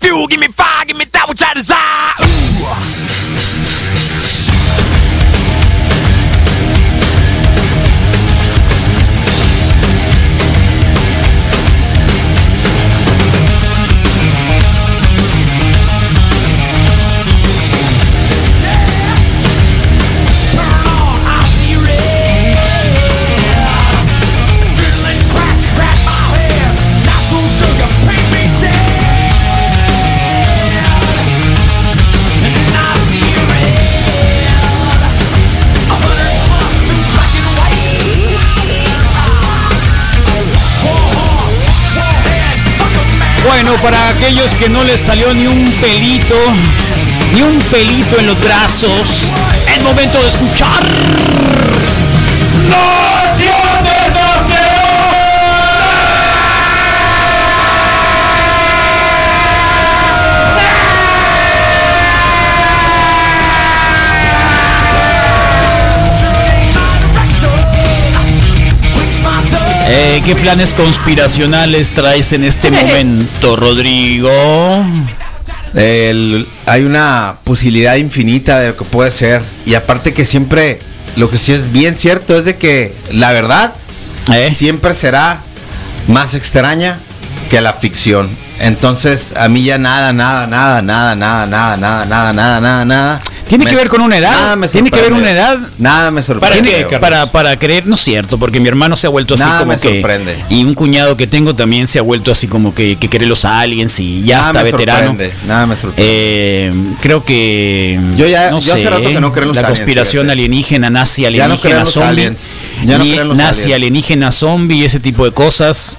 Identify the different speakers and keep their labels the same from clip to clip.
Speaker 1: fuel, give me fire, give me that which I desire. Ooh. Turn on, I see red. Adrenaline crash, crack my head. Not too drunk, you paint me dead. And then I see red. A hundred bucks through black and white. Whoa, whoa, head, fuck a man.
Speaker 2: Bueno, para aquellos que no les salió ni un pelito, ni un pelito en los brazos, es momento de escuchar. Eh, ¿Qué planes conspiracionales traes en este momento, Rodrigo?
Speaker 3: El- hay una posibilidad infinita de lo que puede ser. Y aparte que siempre, lo que sí es bien cierto es de que la verdad
Speaker 2: ¿Eh?
Speaker 3: siempre será más extraña que la ficción. Entonces, a mí ya nada, nada, nada, nada, nada, nada, nada, nada, nada, nada, nada.
Speaker 2: Tiene
Speaker 3: Me-
Speaker 2: que ver con una edad,
Speaker 3: nada me
Speaker 2: tiene que ver
Speaker 3: sorprende.
Speaker 2: una edad.
Speaker 3: Nada me
Speaker 2: ¿Para,
Speaker 3: sorprende.
Speaker 2: qué?
Speaker 3: Carlos.
Speaker 2: para para creer, no es cierto, porque mi hermano se ha vuelto así
Speaker 3: Nada
Speaker 2: como
Speaker 3: me
Speaker 2: que
Speaker 3: sorprende.
Speaker 2: y un cuñado que tengo también se ha vuelto así como que que quiere los aliens y ya
Speaker 3: nada
Speaker 2: está
Speaker 3: me
Speaker 2: veterano.
Speaker 3: sorprende. Nada me sorprende.
Speaker 2: Eh, creo que
Speaker 3: Yo ya- yo hace rato que no creo en los
Speaker 2: la
Speaker 3: aliens,
Speaker 2: conspiración
Speaker 3: fíjate.
Speaker 2: alienígena, nazi
Speaker 3: Ya no creo en
Speaker 2: alienígena,
Speaker 3: los
Speaker 2: zombie,
Speaker 3: aliens. Ya no
Speaker 2: ni-
Speaker 3: creo en los
Speaker 2: nazi
Speaker 3: aliens.
Speaker 2: alienígena, zombie, ese tipo de cosas.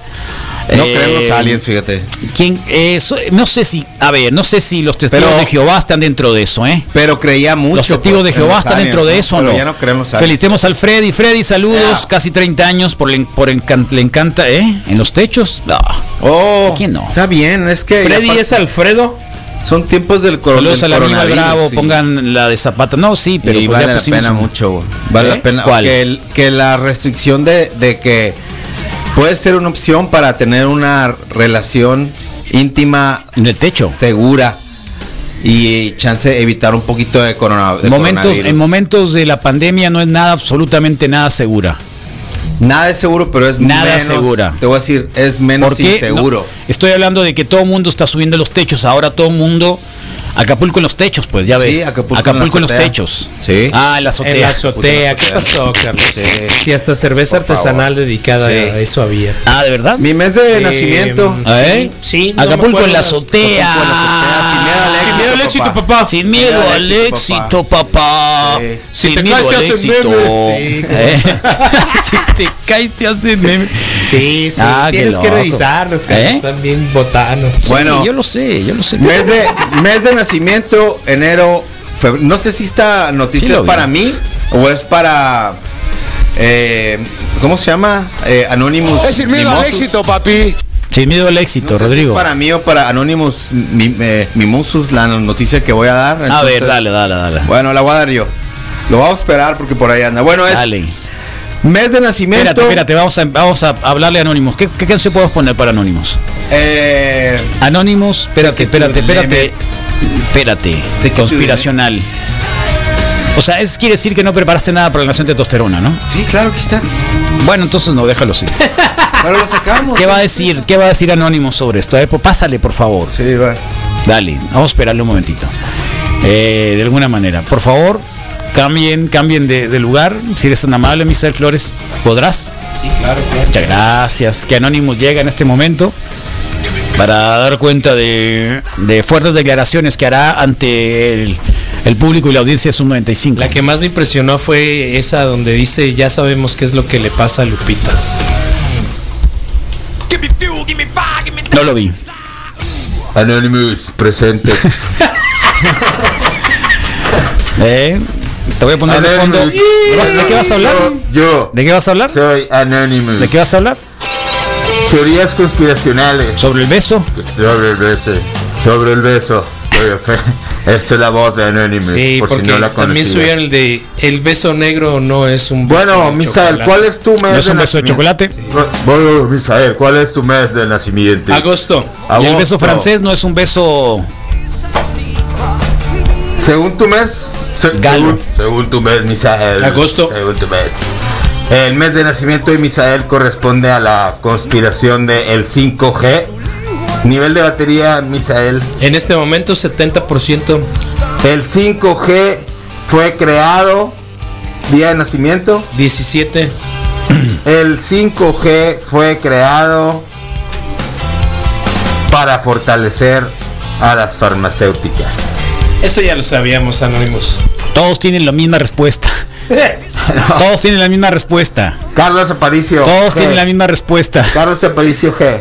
Speaker 3: no
Speaker 2: Eh,
Speaker 3: creo en los aliens, fíjate.
Speaker 2: ¿quién- eh, so- no sé si, a ver, no sé si los testigos
Speaker 3: Pero-
Speaker 2: de Jehová están dentro de eso, ¿eh?
Speaker 3: Pero creía mucho.
Speaker 2: los testigos
Speaker 3: pues,
Speaker 2: de
Speaker 3: en
Speaker 2: Jehová
Speaker 3: los
Speaker 2: están
Speaker 3: aliens,
Speaker 2: dentro de eso,
Speaker 3: Pero
Speaker 2: ¿no?
Speaker 3: ya no creo en los aliens.
Speaker 2: Felicitemos al Freddy. Freddy, saludos.
Speaker 3: Ya.
Speaker 2: Casi 30 años por, le- por encan- le encanta, ¿eh? ¿En los techos? Ah. No.
Speaker 3: Oh,
Speaker 2: ¿Quién no?
Speaker 3: Está bien, es que
Speaker 4: Freddy
Speaker 3: aparte-
Speaker 4: es Alfredo.
Speaker 3: son tiempos del coro-
Speaker 2: Saludos
Speaker 3: del
Speaker 2: al amigo
Speaker 3: coronavirus,
Speaker 2: Bravo.
Speaker 3: sí.
Speaker 2: Pongan la de Zapata. No, sí, pero pues
Speaker 3: y
Speaker 2: ya
Speaker 3: vale la
Speaker 2: pusimos
Speaker 3: pena
Speaker 2: un-
Speaker 3: mucho, güey. Vale
Speaker 2: ¿Eh?
Speaker 3: la pena.
Speaker 2: ¿Cuál?
Speaker 3: Que, el- que la restricción de, de que puede ser una opción para tener una relación íntima.
Speaker 2: En el techo.
Speaker 3: Segura. Y chance evitar un poquito de, corona, de
Speaker 2: momentos,
Speaker 3: coronavirus.
Speaker 2: en momentos de la pandemia no es nada, absolutamente nada segura.
Speaker 3: Nada es seguro, pero es
Speaker 2: Nada
Speaker 3: menos.
Speaker 2: segura.
Speaker 3: Te voy a decir, es
Speaker 2: ¿Por
Speaker 3: menos
Speaker 2: qué?
Speaker 3: inseguro.
Speaker 2: No, estoy hablando de que todo el mundo está subiendo los techos. Ahora todo el mundo. Acapulco en los techos, pues ya
Speaker 3: Sí,
Speaker 2: ves. Acapulco,
Speaker 3: Acapulco en
Speaker 2: en,
Speaker 3: la
Speaker 2: los
Speaker 3: azotea.
Speaker 2: techos.
Speaker 3: Sí.
Speaker 2: Ah, en la azotea.
Speaker 4: En la azotea. ¿Qué pasó, Carlos?
Speaker 3: Sí.
Speaker 4: Si hasta cerveza
Speaker 3: Por favor.
Speaker 4: artesanal dedicada
Speaker 3: Sí.
Speaker 4: a eso había.
Speaker 2: Ah, ¿de verdad?
Speaker 3: Mi mes de nacimiento.
Speaker 4: mm,
Speaker 2: A ver.
Speaker 4: Sí, sí, no me
Speaker 2: Acapulco
Speaker 4: acuerdo
Speaker 2: en la
Speaker 4: las-
Speaker 2: azotea. Ah,
Speaker 3: Acapulco en la azotea, sin miedo al éxito, papá.
Speaker 2: Sin miedo al éxito, papá.
Speaker 3: Sí.
Speaker 2: Sin
Speaker 4: Si te
Speaker 2: miedo
Speaker 4: caes, te
Speaker 2: al
Speaker 4: hacen
Speaker 2: éxito.
Speaker 4: meme. Sí,
Speaker 2: Eh, si te caes, te hacen meme.
Speaker 4: Sí, sí.
Speaker 2: Ah, qué
Speaker 4: Tienes que
Speaker 2: loco.
Speaker 4: revisarlos, Carlos.
Speaker 2: ¿Eh?
Speaker 4: Están bien botanos.
Speaker 3: Bueno.
Speaker 2: Sí, yo lo sé, yo lo sé.
Speaker 3: Mes de, mes de nacimiento, enero, febrero. No sé si esta noticia
Speaker 2: Sí lo
Speaker 3: es
Speaker 2: vi.
Speaker 3: para mí o es para. eh, ¿Cómo se llama? Eh, Anonymous.
Speaker 5: Es el miedo al
Speaker 3: Mimosus.
Speaker 5: éxito, papi.
Speaker 2: Sin miedo al éxito,
Speaker 3: No sé si
Speaker 2: Rodrigo.
Speaker 3: es para mí o para Anonymous Mi- eh, Mimosus, la noticia que voy a dar.
Speaker 2: a ver,
Speaker 3: Entonces,
Speaker 2: dale, dale, dale.
Speaker 3: Bueno, la voy a dar yo. Lo vamos a esperar porque por ahí anda. Bueno, es
Speaker 2: Dale.
Speaker 3: mes de nacimiento.
Speaker 2: Espérate, espérate, vamos a, vamos a hablarle a Anónimos. ¿Qué, ¿Qué canción podemos poner para Anónimos?
Speaker 3: Eh,
Speaker 2: Anónimos, espérate,
Speaker 3: Take it to
Speaker 2: espérate,
Speaker 3: the
Speaker 2: espérate.
Speaker 3: limit.
Speaker 2: Espérate,
Speaker 3: Take it to the
Speaker 2: conspiracional. O sea, es quiere decir que no preparaste nada para la nación de testosterona, ¿no?
Speaker 3: sí, claro que está.
Speaker 2: Bueno, entonces no, déjalo así.
Speaker 3: Pero lo sacamos.
Speaker 2: ¿Qué va a decir? ¿Qué va a decir Anónimos sobre esto? A ver, pues, pásale, por favor.
Speaker 3: Sí, va.
Speaker 2: Dale, vamos a esperarle un momentito. Eh, de alguna manera, por favor, cambien, cambien de, de lugar. Si eres tan amable, Mr. Flores, ¿podrás?
Speaker 4: Sí, claro, claro.
Speaker 2: Muchas gracias. Que Anonymous llega en este momento para dar cuenta de, de fuertes declaraciones que hará ante el, el público y la audiencia de Sub 95.
Speaker 4: La que más me impresionó fue esa donde dice, ya sabemos qué es lo que le pasa a Lupita.
Speaker 1: Give me fuel, give me fire, give me
Speaker 2: No lo vi.
Speaker 3: Anonymous presente.
Speaker 2: Eh, Te voy a poner de fondo. ¿De vas- de qué vas a hablar?
Speaker 6: Yo,
Speaker 2: ¿De qué vas a hablar?
Speaker 6: soy Anonymous.
Speaker 2: ¿De qué vas a hablar?
Speaker 6: Teorías conspiracionales
Speaker 2: ¿Sobre el beso?
Speaker 6: sobre el beso. Sobre el beso.
Speaker 5: Radio Fe. Esta es la voz de Anonymous,
Speaker 4: Sí,
Speaker 5: por si
Speaker 4: porque
Speaker 5: no la
Speaker 4: también
Speaker 5: conocían.
Speaker 4: subieron el de El beso negro no es un beso
Speaker 5: Bueno,
Speaker 4: de
Speaker 5: Misael,
Speaker 4: chocolate.
Speaker 5: ¿cuál es tu mes
Speaker 2: ¿No es un
Speaker 5: de
Speaker 2: beso de chocolate?
Speaker 5: nacimiento? Bueno, Misael, ¿cuál es tu mes de nacimiento?
Speaker 4: Agosto.
Speaker 5: Ah.
Speaker 2: Y el beso
Speaker 5: Agosto.
Speaker 2: francés no es un beso.
Speaker 5: Según tu mes, se-
Speaker 2: Galo.
Speaker 5: Según, según tu mes, Misael.
Speaker 4: Agosto.
Speaker 5: Según tu mes. El mes de nacimiento de Misael corresponde a la conspiración del 5G. Nivel de batería, Misael.
Speaker 4: En este momento 70%.
Speaker 5: El 5G fue creado día de nacimiento.
Speaker 4: 17.
Speaker 5: El 5G fue creado para fortalecer a las farmacéuticas.
Speaker 4: Eso ya lo sabíamos, Anonymous.
Speaker 2: Todos tienen la misma respuesta. Todos tienen la misma respuesta.
Speaker 5: Carlos Aparicio.
Speaker 2: Todos
Speaker 5: G.
Speaker 2: tienen la misma respuesta.
Speaker 5: Carlos Aparicio G.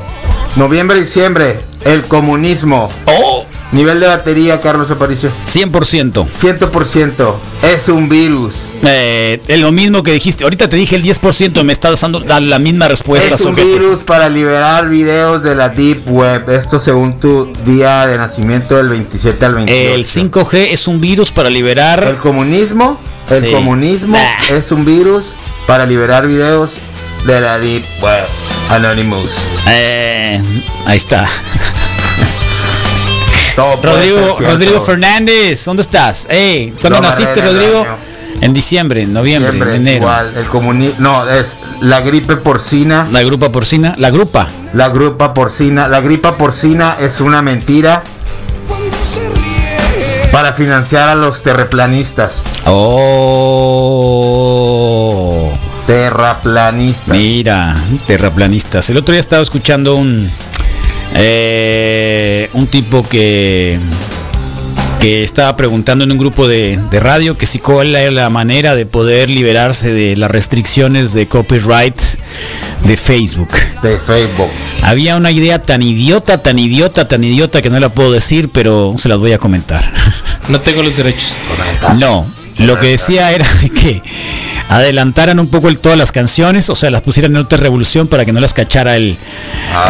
Speaker 5: Noviembre, diciembre, el comunismo.
Speaker 2: Oh,
Speaker 5: Nivel de batería, Carlos Aparicio.
Speaker 2: 100%.
Speaker 5: 100%. Es un virus.
Speaker 2: Eh, es lo mismo que dijiste. Ahorita te dije el 10% y me estás dando la, la misma respuesta.
Speaker 5: es un
Speaker 2: Sócrates.
Speaker 5: virus para liberar videos de la Deep Web. Esto según tu día de nacimiento del 27 al 28.
Speaker 2: El 5G es un virus para
Speaker 5: El
Speaker 2: liberar.
Speaker 5: comunismo, el
Speaker 2: Sí.
Speaker 5: comunismo
Speaker 2: Nah.
Speaker 5: es un virus para liberar videos de la Deep Web. Anonymous.
Speaker 2: eh, ahí está.
Speaker 5: Todo puede ser
Speaker 2: Rodrigo,
Speaker 5: cierto.
Speaker 2: Rodrigo Fernández, ¿dónde estás? Ey, ¿Cuándo
Speaker 5: No me
Speaker 2: naciste,
Speaker 5: arregla el
Speaker 2: Rodrigo?
Speaker 5: año.
Speaker 2: En diciembre, en noviembre,
Speaker 5: Siempre
Speaker 2: en enero.
Speaker 5: igual, el comuni- no, es la gripe porcina,
Speaker 2: La grupa porcina, la grupa.
Speaker 5: la grupa porcina, la gripa porcina es una mentira para financiar a los terraplanistas.
Speaker 2: Oh,
Speaker 5: Terraplanistas.
Speaker 2: mira, terraplanistas. El otro día estaba escuchando un eh, un tipo que que estaba preguntando en un grupo de, de radio que si cuál era la manera de poder liberarse de las restricciones de copyright de Facebook.
Speaker 5: de Facebook.
Speaker 2: Había una idea tan idiota, tan idiota, tan idiota que no la puedo decir, pero se las voy a comentar.
Speaker 4: No tengo los derechos.
Speaker 2: No, lo que decía era que adelantaran un poco el, todas las canciones, o sea, las pusieran en otra revolución para que no las cachara el,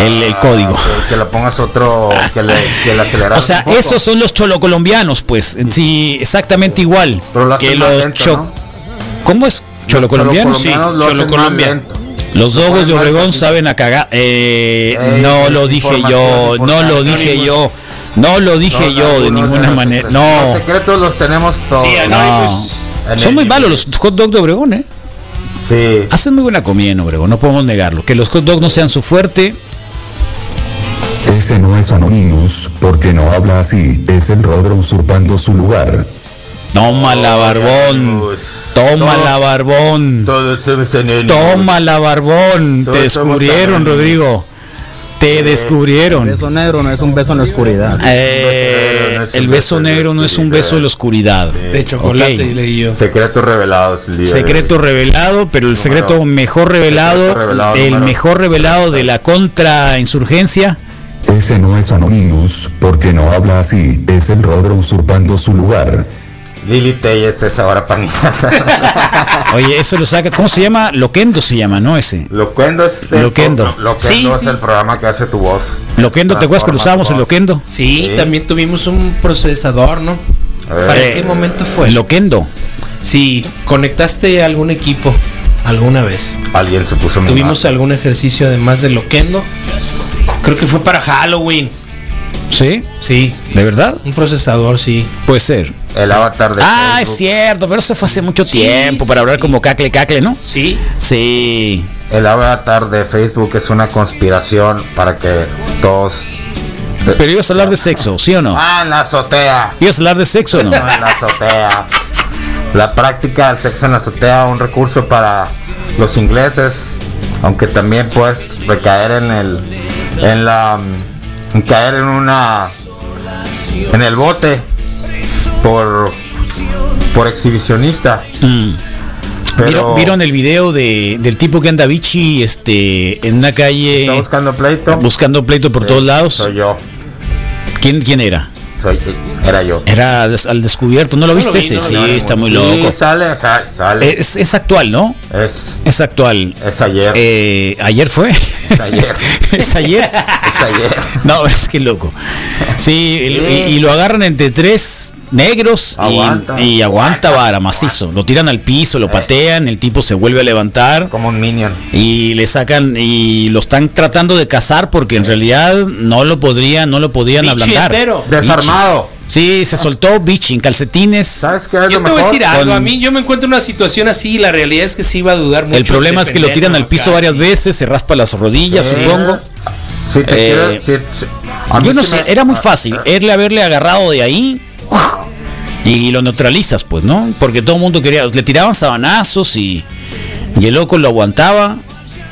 Speaker 2: el, el
Speaker 5: Ah,
Speaker 2: código.
Speaker 5: Que, que le pongas otro, que le, que le aceleraras
Speaker 2: O sea,
Speaker 5: un poco.
Speaker 2: esos son los cholocolombianos, pues, en sí, exactamente igual
Speaker 5: Pero lo hacen
Speaker 2: que
Speaker 5: más
Speaker 2: los
Speaker 5: lento,
Speaker 2: cho-
Speaker 5: ¿no?
Speaker 2: ¿Cómo es? Cholocolombianos, sí.
Speaker 5: Cholocolombianos lo hacen más
Speaker 4: Cholocolombian.
Speaker 5: lento.
Speaker 2: Los dogos de
Speaker 5: Lo ponen más
Speaker 2: Obregón
Speaker 5: lentito.
Speaker 2: saben a cagar. Eh,
Speaker 5: Ey,
Speaker 2: no lo
Speaker 5: es
Speaker 2: dije yo,
Speaker 5: información
Speaker 2: no lo
Speaker 5: importante.
Speaker 2: dije
Speaker 5: Anónimos.
Speaker 2: yo, no lo dije
Speaker 5: No,
Speaker 2: yo de
Speaker 5: algunos
Speaker 2: ninguna
Speaker 5: los
Speaker 2: manera.
Speaker 5: secretos.
Speaker 2: No.
Speaker 5: Los secretos los tenemos todos.
Speaker 4: Sí,
Speaker 2: no.
Speaker 4: Anonymous.
Speaker 2: Son muy malos los hot dogs de Obregón, ¿eh?
Speaker 5: Sí.
Speaker 2: Hacen muy buena comida en Obregón, no podemos negarlo. Que los hot dogs no sean su fuerte.
Speaker 6: Ese no es Anonymous, porque no habla así, es el Rodro usurpando su lugar.
Speaker 2: Toma la barbón.
Speaker 5: Dios.
Speaker 2: Toma
Speaker 5: Todo-
Speaker 2: la barbón.
Speaker 5: Todos somos anónimos.
Speaker 2: Toma la barbón. Te
Speaker 5: Todos somos
Speaker 2: descubrieron,
Speaker 5: anónimos.
Speaker 2: Rodrigo. Te descubrieron.
Speaker 7: beso negro no es un beso en la oscuridad.
Speaker 2: Eh,
Speaker 5: no es
Speaker 2: el
Speaker 5: un
Speaker 2: beso
Speaker 5: beso de
Speaker 2: negro no es un
Speaker 5: oscuridad.
Speaker 2: beso de la oscuridad.
Speaker 4: De chocolate,
Speaker 2: Ok.
Speaker 4: leí yo.
Speaker 5: Secretos revelados. el día de hoy.
Speaker 2: Secreto revelado, pero el secreto mejor revelado,
Speaker 5: secreto revelado,
Speaker 2: el
Speaker 5: número-
Speaker 2: mejor revelado de la contrainsurgencia.
Speaker 6: Ese no es Anonymous, porque no habla así, es el Rodro usurpando su lugar.
Speaker 5: Lili Telles es ahora panita.
Speaker 2: Oye, eso lo saca. ¿Cómo se llama? Loquendo se llama, ¿no? Ese.
Speaker 5: Loquendo es el,
Speaker 2: Loquendo.
Speaker 5: Lo- Loquendo
Speaker 2: Sí,
Speaker 5: es
Speaker 2: sí.
Speaker 5: el programa que hace tu voz.
Speaker 2: Loquendo, ¿te acuerdas que lo
Speaker 5: Transforma
Speaker 2: usábamos
Speaker 5: tu
Speaker 2: en
Speaker 5: voz.
Speaker 2: Loquendo?
Speaker 4: Sí,
Speaker 5: Sí.
Speaker 4: también tuvimos un procesador, ¿no?
Speaker 5: Eh,
Speaker 4: ¿Para qué momento fue?
Speaker 2: Loquendo.
Speaker 4: Si conectaste a algún equipo alguna vez,
Speaker 5: Alguien se puso muy
Speaker 4: tuvimos
Speaker 5: mal.
Speaker 4: algún ejercicio además de Loquendo. Creo que fue para Halloween.
Speaker 2: ¿Sí?
Speaker 4: Sí,
Speaker 2: ¿De verdad?
Speaker 4: un procesador, sí.
Speaker 2: Puede ser.
Speaker 5: el avatar de
Speaker 2: Ah, es
Speaker 5: Facebook.
Speaker 2: cierto, pero eso fue hace mucho tiempo
Speaker 4: sí,
Speaker 2: para hablar
Speaker 4: sí.
Speaker 2: como cacle cacle, ¿no?
Speaker 4: Sí.
Speaker 2: Sí.
Speaker 5: El avatar de Facebook es una conspiración para que todos.
Speaker 2: Pero ibas a hablar de sexo, ¿sí o no?
Speaker 5: ¡Ah, en la azotea!
Speaker 2: ¿Ibas a hablar de sexo o no?
Speaker 5: No, en la azotea. La práctica del sexo en la azotea, un recurso para los ingleses, aunque también puedes recaer en el, en la, mm, caer en una, en el bote por, por exhibicionista.
Speaker 2: Mm.
Speaker 5: Pero
Speaker 2: ¿Vieron, vieron el video de, del tipo que anda bichi este, en una calle
Speaker 5: está buscando pleito. Eh,
Speaker 2: buscando pleito por todos lados?
Speaker 5: Soy yo,
Speaker 2: ¿Quién, ¿Quién era?
Speaker 5: soy, era yo.
Speaker 2: Era des- al descubierto, ¿no lo
Speaker 4: No lo
Speaker 2: viste
Speaker 4: vi,
Speaker 2: ese?
Speaker 4: no lo
Speaker 2: sí,
Speaker 4: vi.
Speaker 2: Eh, está muy
Speaker 5: Sí,
Speaker 2: loco. Eh,
Speaker 5: Sale, sale, sale.
Speaker 2: Es, es actual, ¿no?
Speaker 5: Es,
Speaker 2: Es actual.
Speaker 5: es ayer.
Speaker 2: Eh, ayer fue.
Speaker 5: ayer.
Speaker 2: es ayer.
Speaker 5: vimos ayer.
Speaker 2: No, es que loco. Sí, y, y- y lo agarran entre tres negros y-
Speaker 5: Aguanta.
Speaker 2: y, aguanta vara, macizo. Lo tiran al piso, lo patean, el tipo se vuelve a levantar
Speaker 5: Como un minion.
Speaker 2: y le sacan y lo están tratando de cazar porque en realidad no lo podrían, no lo podían
Speaker 4: Bichi
Speaker 2: ablandar.
Speaker 4: entero.
Speaker 5: Desarmado.
Speaker 2: Sí, se soltó bichi en calcetines.
Speaker 5: ¿Sabes qué? Es
Speaker 4: Yo
Speaker 5: lo
Speaker 4: te voy a
Speaker 5: mejor?
Speaker 4: decir algo,
Speaker 2: con-
Speaker 4: a mí yo me encuentro en una situación así y la realidad es que sí iba a dudar mucho.
Speaker 2: El problema
Speaker 4: en
Speaker 2: es que lo tiran
Speaker 4: defenderme
Speaker 2: al piso
Speaker 4: acá.
Speaker 2: varias veces, se raspa las rodillas,
Speaker 5: Sí.
Speaker 2: supongo.
Speaker 5: Si te
Speaker 2: Eh,
Speaker 5: quieres- si- si- a mí
Speaker 2: Yo no
Speaker 5: sí
Speaker 2: sé,
Speaker 5: me-
Speaker 2: era muy
Speaker 4: Ah.
Speaker 2: fácil. Era haberle agarrado de ahí y lo neutralizas, pues, ¿no? Porque todo el mundo quería. Le tiraban sabanazos y, y el loco lo aguantaba.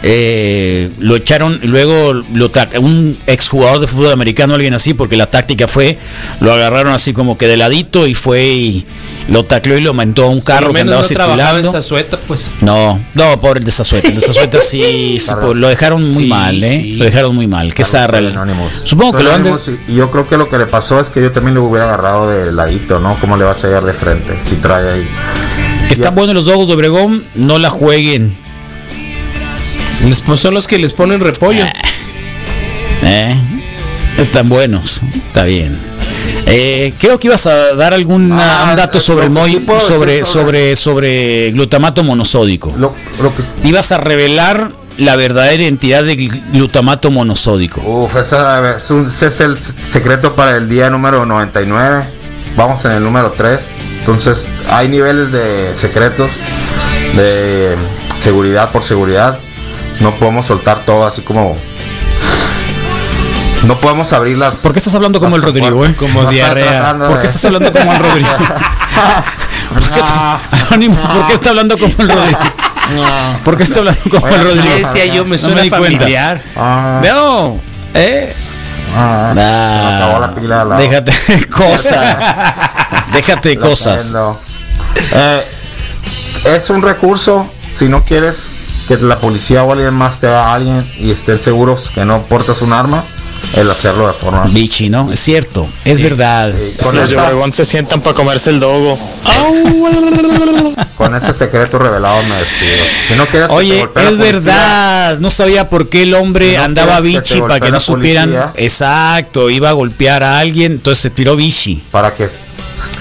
Speaker 2: Eh, lo echaron, luego lo ta- un exjugador de fútbol americano, alguien así, porque la táctica fue, lo agarraron así como que de ladito y fue y lo tacleó y lo aumentó a un
Speaker 4: Por
Speaker 2: carro
Speaker 4: lo
Speaker 2: que
Speaker 4: menos
Speaker 2: andaba
Speaker 4: no trabajaba en
Speaker 2: circulando.
Speaker 4: esa sueta, pues.
Speaker 2: No, no, pobre el de Zazueta. El de Zazueta sí, sí, po- lo dejaron muy
Speaker 4: Sí,
Speaker 2: mal, ¿eh?
Speaker 4: sí.
Speaker 2: Lo dejaron muy mal. Qué zarra. el-
Speaker 5: Anonymous.
Speaker 2: Supongo que lo han de-
Speaker 5: Anonymous, y- Y yo creo que lo que le pasó es que yo también lo hubiera agarrado de ladito, ¿no? ¿Cómo le vas a llegar de frente? Si trae ahí.
Speaker 2: que están buenos los dogos de Obregón, no la jueguen.
Speaker 4: Les, pues, son los que les ponen repollo.
Speaker 2: ¿eh? Están buenos, está bien. Eh, creo que ibas a dar algún
Speaker 5: Ah,
Speaker 2: un dato
Speaker 5: eh,
Speaker 2: sobre el
Speaker 5: lo que
Speaker 2: moi-
Speaker 5: sí puedo decir
Speaker 2: sobre, sobre
Speaker 5: sobre-
Speaker 2: sobre glutamato monosódico.
Speaker 5: Lo, lo que.
Speaker 2: Ibas a revelar la verdadera identidad del gl- glutamato monosódico.
Speaker 5: Uf, esa- es un- ese es el secreto para el día número 99. Vamos en el número 3. Entonces, hay niveles de secretos, de seguridad por seguridad. No podemos soltar todo así como. No podemos abrir las.
Speaker 2: ¿Por qué estás hablando como el Rodrigo, eh?
Speaker 4: Como
Speaker 5: No estoy
Speaker 4: diarrea.
Speaker 5: tratando
Speaker 2: ¿Por qué
Speaker 5: de-
Speaker 2: estás hablando como el Rodrigo? ¿Por qué estás, Anónimo, ¿por qué está hablando como el Rodrigo? ¿Por qué está hablando como el
Speaker 5: Oye,
Speaker 2: Rodrigo?
Speaker 5: sí, decía
Speaker 4: yo, me
Speaker 2: No
Speaker 4: suena
Speaker 2: di cuenta.
Speaker 4: familiar.
Speaker 5: Ah,
Speaker 2: No, ¿eh?
Speaker 5: ah, se me acabó
Speaker 2: Nah,
Speaker 5: la pila de la-
Speaker 2: déjate de cosas. Déjate de
Speaker 5: Lo
Speaker 2: cosas.
Speaker 5: prendo. Eh, es un recurso si no quieres que la policía o alguien más te haga a alguien y estén seguros que no portas un arma, el hacerlo de forma.
Speaker 2: Bichi, ¿no? Es cierto, es verdad. Ah,
Speaker 5: Con, esa-
Speaker 8: se sientan para comerse el dogo.
Speaker 5: con ese secreto revelado me despido. Si no quieres que te
Speaker 2: Oye,
Speaker 5: golpee la
Speaker 2: es
Speaker 5: policía,
Speaker 2: verdad. No sabía por qué el hombre
Speaker 5: Si no
Speaker 2: andaba
Speaker 5: quieres que te
Speaker 2: bichi para que
Speaker 5: golpee
Speaker 2: no
Speaker 5: la
Speaker 2: supieran.
Speaker 5: policía.
Speaker 2: Exacto, iba a golpear a alguien, entonces se tiró bichi.
Speaker 5: Para que.
Speaker 4: El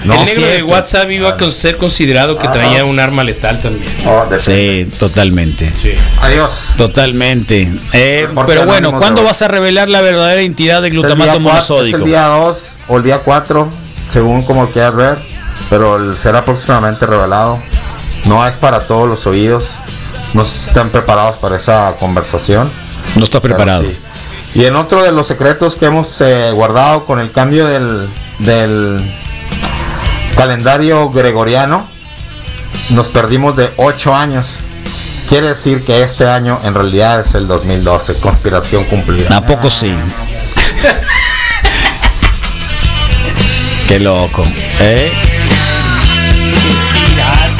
Speaker 5: No,
Speaker 4: negro de
Speaker 2: cierto. Ah.
Speaker 4: WhatsApp iba a ser considerado que
Speaker 5: Ah.
Speaker 4: traía un arma letal también.
Speaker 5: oh, de-
Speaker 2: Sí, totalmente.
Speaker 5: Adiós.
Speaker 2: Totalmente. Eh,
Speaker 5: Reporte
Speaker 2: pero bueno,
Speaker 5: anónimo
Speaker 2: ¿cuándo
Speaker 5: de-
Speaker 2: vas a revelar la verdadera identidad del
Speaker 5: Es el
Speaker 2: glutamato
Speaker 5: día cuatro, es
Speaker 2: monosódico?
Speaker 5: el día 2 o el día 4, según como lo quieras ver, pero el- será próximamente revelado. No es para todos los oídos. No sé si están preparados para esa conversación.
Speaker 2: No estás
Speaker 5: pero
Speaker 2: preparado.
Speaker 5: sí. Y en otro de los secretos que hemos eh, guardado con el cambio del, del calendario gregoriano, nos perdimos de 8 años. Quiere decir que este año en realidad es el 2012. Conspiración cumplida.
Speaker 2: ¿A poco sí? Qué loco. ¿eh?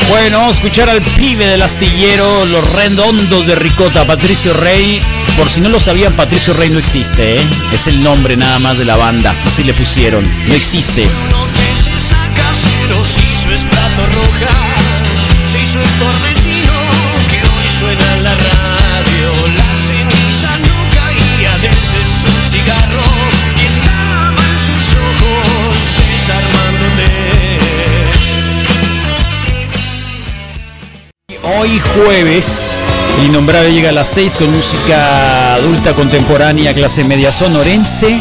Speaker 2: Bueno, vamos a escuchar al pibe del astillero, los redondos de Ricota, Patricio Rey. Por si no lo sabían, Patricio Rey no existe, ¿eh? es el nombre nada más de la banda, así le pusieron, no existe.
Speaker 1: Unos meses a caseros hizo estrato roja, se hizo el torbellino que hoy suena en la radio. La ceniza no caía desde su cigarro y estaba en sus ojos desarmándote.
Speaker 2: Hoy jueves, el Innombrable llega a las 6 con música adulta contemporánea, clase media sonorense.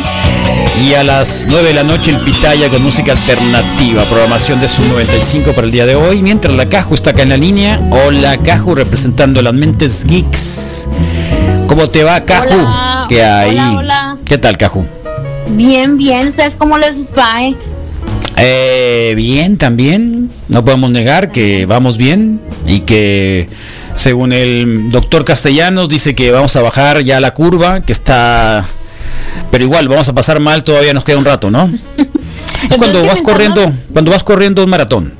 Speaker 2: Y a las 9 de la noche el Pitaya con música alternativa, programación de Sub 95 para el día de hoy. Mientras la Caju está acá en la línea. Hola Caju, representando las mentes geeks. ¿Cómo te va Caju?
Speaker 9: Hola,
Speaker 2: ¿Qué hay?
Speaker 9: hola, hola.
Speaker 2: ¿Qué tal Caju?
Speaker 9: Bien, bien, ¿ustedes cómo les va? eh?
Speaker 2: Eh, bien, también. No podemos negar que vamos bien y que, según el doctor Castellanos, dice que vamos a bajar ya la curva, que está... Pero igual, vamos a pasar mal, todavía nos queda un rato, ¿no? Es cuando vas
Speaker 9: Entonces, mientras
Speaker 2: corriendo, cuando vas corriendo un maratón.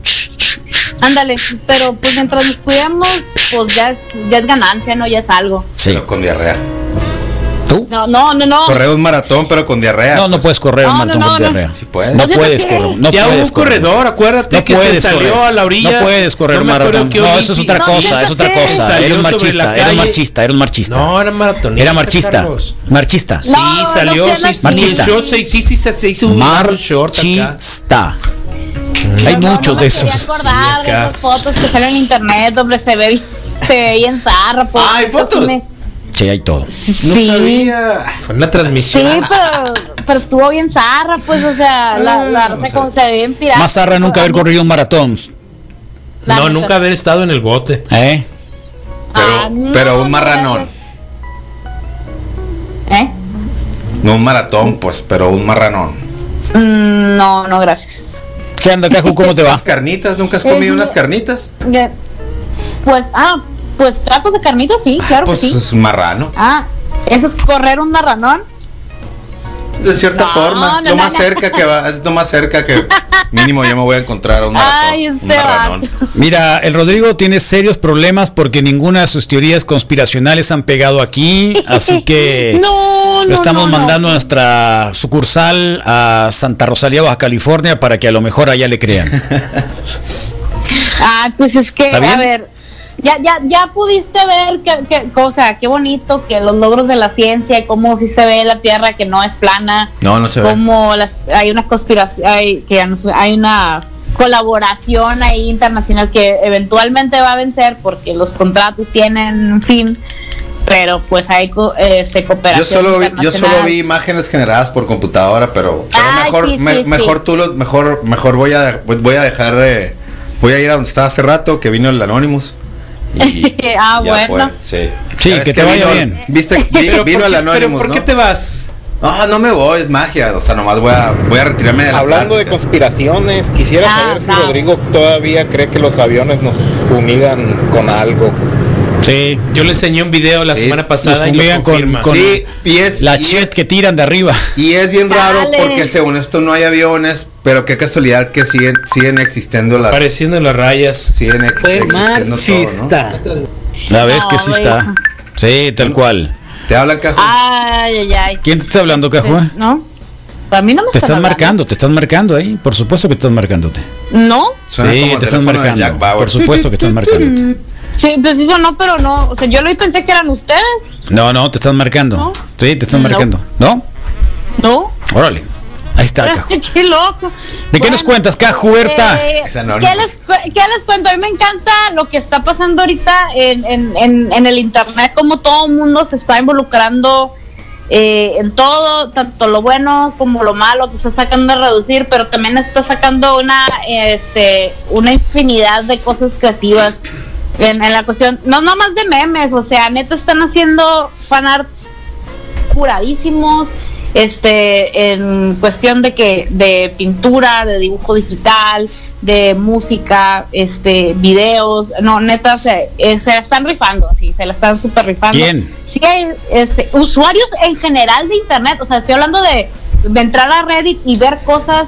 Speaker 9: Ándale, pero pues mientras nos cuidemos, pues ya es, ya es ganancia, ¿no? Ya es algo.
Speaker 2: Sí.
Speaker 3: con diarrea.
Speaker 2: ¿Tú?
Speaker 9: No, no, no, no.
Speaker 3: Correr un maratón, pero con diarrea.
Speaker 2: No, no
Speaker 3: pues.
Speaker 2: puedes correr,
Speaker 9: No,
Speaker 2: Marta,
Speaker 9: no,
Speaker 2: con
Speaker 9: no,
Speaker 2: diarrea.
Speaker 9: no.
Speaker 3: Sí puedes.
Speaker 2: No
Speaker 9: No se
Speaker 2: puedes
Speaker 9: refiere.
Speaker 2: correr. No
Speaker 4: ya hubo
Speaker 2: puedes
Speaker 4: un
Speaker 2: correr.
Speaker 4: corredor, acuérdate
Speaker 2: No
Speaker 4: que se
Speaker 2: puedes
Speaker 4: salió
Speaker 2: correr.
Speaker 4: a la orilla.
Speaker 2: No puedes correr
Speaker 4: No me acuerdo
Speaker 2: maratón.
Speaker 4: qué
Speaker 2: No,
Speaker 4: Olimpi-
Speaker 2: eso es otra
Speaker 9: No,
Speaker 2: cosa,
Speaker 9: fíjate.
Speaker 2: es otra cosa.
Speaker 4: Salió
Speaker 2: Era un
Speaker 4: sobre
Speaker 2: marchista,
Speaker 4: la
Speaker 2: era un
Speaker 4: calle.
Speaker 2: marchista, era un marchista.
Speaker 4: No, era maratonista.
Speaker 2: Era marchista.
Speaker 4: Carlos.
Speaker 2: Marchista.
Speaker 4: Sí,
Speaker 9: No,
Speaker 4: salió,
Speaker 9: no
Speaker 4: sí,
Speaker 9: seas
Speaker 4: sí,
Speaker 2: Marchista.
Speaker 4: sí, sí, sí, sí, se- se hizo un short acá.
Speaker 2: Marchista. Hay
Speaker 9: No, no,
Speaker 2: muchos
Speaker 9: no
Speaker 2: de
Speaker 9: me
Speaker 2: esos.
Speaker 9: quería acordar de
Speaker 4: acá.
Speaker 9: esas fotos que salen en internet, hombre, se ve, se ve bien zarra. pues,
Speaker 3: Ah, ¿hay
Speaker 9: eso sí
Speaker 3: fotos?
Speaker 9: me-
Speaker 2: Sí, hay todo.
Speaker 9: sí,
Speaker 4: Fue una
Speaker 9: sí,
Speaker 4: transmisión.
Speaker 9: pero, pero estuvo bien zarra, pues, o sea,
Speaker 4: Ah,
Speaker 9: la, la raza como se ve bien pirata.
Speaker 2: Más zarra nunca haber
Speaker 9: Ah,
Speaker 2: corrido un maratón.
Speaker 9: la
Speaker 4: no,
Speaker 9: neta.
Speaker 4: nunca haber estado en el bote.
Speaker 2: ¿Eh?
Speaker 9: Ah,
Speaker 3: Pero,
Speaker 9: no,
Speaker 3: pero un
Speaker 9: no,
Speaker 3: marranón.
Speaker 9: ¿Eh?
Speaker 3: No un maratón, pues, pero un marranón.
Speaker 9: Mm, no, no, gracias.
Speaker 2: ¿Qué anda, Caju? ¿Cómo te va?
Speaker 3: Las carnitas, ¿nunca has comido
Speaker 9: Eh,
Speaker 3: unas carnitas?
Speaker 9: Ya. Pues, ah, pues tacos de carnitas, sí, claro
Speaker 3: Pues
Speaker 9: que sí.
Speaker 3: es marrano.
Speaker 9: Ah, eso es correr un marranón.
Speaker 3: De cierta
Speaker 9: No,
Speaker 3: forma, lo
Speaker 9: no, no,
Speaker 3: más
Speaker 9: no.
Speaker 3: cerca que va, es lo más cerca que mínimo yo me voy a encontrar a un maratón.
Speaker 9: Ay,
Speaker 3: un
Speaker 9: este
Speaker 3: marranón.
Speaker 9: vato.
Speaker 2: Mira, el Rodrigo tiene serios problemas porque ninguna de sus teorías conspiracionales han pegado aquí, así que
Speaker 9: No, no.
Speaker 2: lo estamos
Speaker 9: no, no.
Speaker 2: mandando a nuestra sucursal a Santa Rosalía, Baja California, para que a lo mejor allá le crean.
Speaker 9: Ah, pues es que,
Speaker 2: ¿Está
Speaker 9: a
Speaker 2: bien?
Speaker 9: ver. Ya, ya, ya pudiste ver que, que, o sea, qué bonito que los logros de la ciencia, cómo sí se ve la Tierra que no es plana,
Speaker 3: No, no se ve.
Speaker 9: cómo las, hay una conspiración, hay, que ya no se- hay una colaboración ahí internacional que eventualmente va a vencer porque los contratos tienen un fin, pero pues hay co- este,
Speaker 3: Yo
Speaker 9: cooperación.
Speaker 3: solo, vi, yo solo
Speaker 9: internacional.
Speaker 3: vi imágenes generadas por computadora, pero, pero
Speaker 9: Ay,
Speaker 3: mejor,
Speaker 9: sí,
Speaker 3: me-
Speaker 9: sí, sí.
Speaker 3: mejor tú los, mejor, mejor voy a, voy a dejar, eh, voy a ir a donde estaba hace rato que vino el Anonymous. Y,
Speaker 9: Ah,
Speaker 3: ya
Speaker 9: bueno.
Speaker 3: poder- sí.
Speaker 2: Sí,
Speaker 3: Ya ves
Speaker 2: que te vaya
Speaker 3: vino-
Speaker 2: bien.
Speaker 3: Viste, vi-
Speaker 4: Pero
Speaker 3: vino
Speaker 4: ¿por
Speaker 3: el
Speaker 4: qué- pero
Speaker 3: Anonymous,
Speaker 4: ¿por qué
Speaker 3: ¿no?
Speaker 4: te vas?
Speaker 3: No, no me voy, es magia. O sea, nomás voy a, voy a retirarme de la
Speaker 8: Hablando de
Speaker 3: plática.
Speaker 8: conspiraciones, quisiera
Speaker 9: Ah,
Speaker 8: saber si
Speaker 9: ah.
Speaker 8: Rodrigo todavía cree que los aviones nos fumigan con algo.
Speaker 2: Sí.
Speaker 4: Yo le enseñé un video la
Speaker 3: Sí,
Speaker 4: semana pasada
Speaker 2: nos
Speaker 4: y
Speaker 2: fumigan
Speaker 4: lo
Speaker 2: con-
Speaker 4: confirma.
Speaker 2: con-
Speaker 3: Sí, y es,
Speaker 2: La
Speaker 3: y
Speaker 2: chet
Speaker 3: es-
Speaker 2: que tiran de arriba.
Speaker 3: Y es bien raro
Speaker 9: Dale.
Speaker 3: porque según esto no hay aviones, pero qué casualidad que siguen, siguen existiendo las...
Speaker 4: Apareciendo las rayas.
Speaker 3: Siguen ex- existiendo todo, ¿no?
Speaker 2: La ves que
Speaker 9: No,
Speaker 2: sí
Speaker 9: güey.
Speaker 2: está. Sí, tal cual.
Speaker 3: Te hablan cajo.
Speaker 9: Ay, ay, ay.
Speaker 2: ¿Quién te está hablando, Caju? eh?
Speaker 9: ¿No? Para mí no me
Speaker 2: Te están
Speaker 9: hablando.
Speaker 2: marcando, te están marcando ahí. Por supuesto que están marcándote.
Speaker 9: No,
Speaker 3: Suena
Speaker 2: sí,
Speaker 3: como el
Speaker 2: te están
Speaker 3: teléfono de
Speaker 2: marcando.
Speaker 3: Jack Bauer.
Speaker 2: Por supuesto que están marcándote.
Speaker 9: sí, pues eso no, pero no. O sea, yo lo pensé que eran ustedes,
Speaker 2: No, no, te están marcando.
Speaker 9: ¿No?
Speaker 2: Sí, te están
Speaker 9: No.
Speaker 2: marcando. ¿No?
Speaker 9: ¿no?
Speaker 2: Órale. Ahí está, Caju.
Speaker 9: qué loco.
Speaker 2: ¿De qué nos cuentas, Cajuerta?
Speaker 9: eh,
Speaker 3: Es anónimo.
Speaker 9: ¿qué, les, cu- qué les cuento? A mí me encanta lo que está pasando ahorita en, en, en, en el internet, como todo el mundo se está involucrando eh, en todo, tanto lo bueno como lo malo que está sacando a reducir, pero también está sacando una, este, una infinidad de cosas creativas en, en la cuestión, no nomás de memes, o sea, neta están haciendo fanarts curadísimos este en cuestión de que de pintura de dibujo digital de música este videos no neta se, eh, se la están rifando así se la están super rifando
Speaker 2: ¿Quién?
Speaker 9: sí hay este usuarios en general de internet o sea estoy hablando de, de entrar a Reddit y ver cosas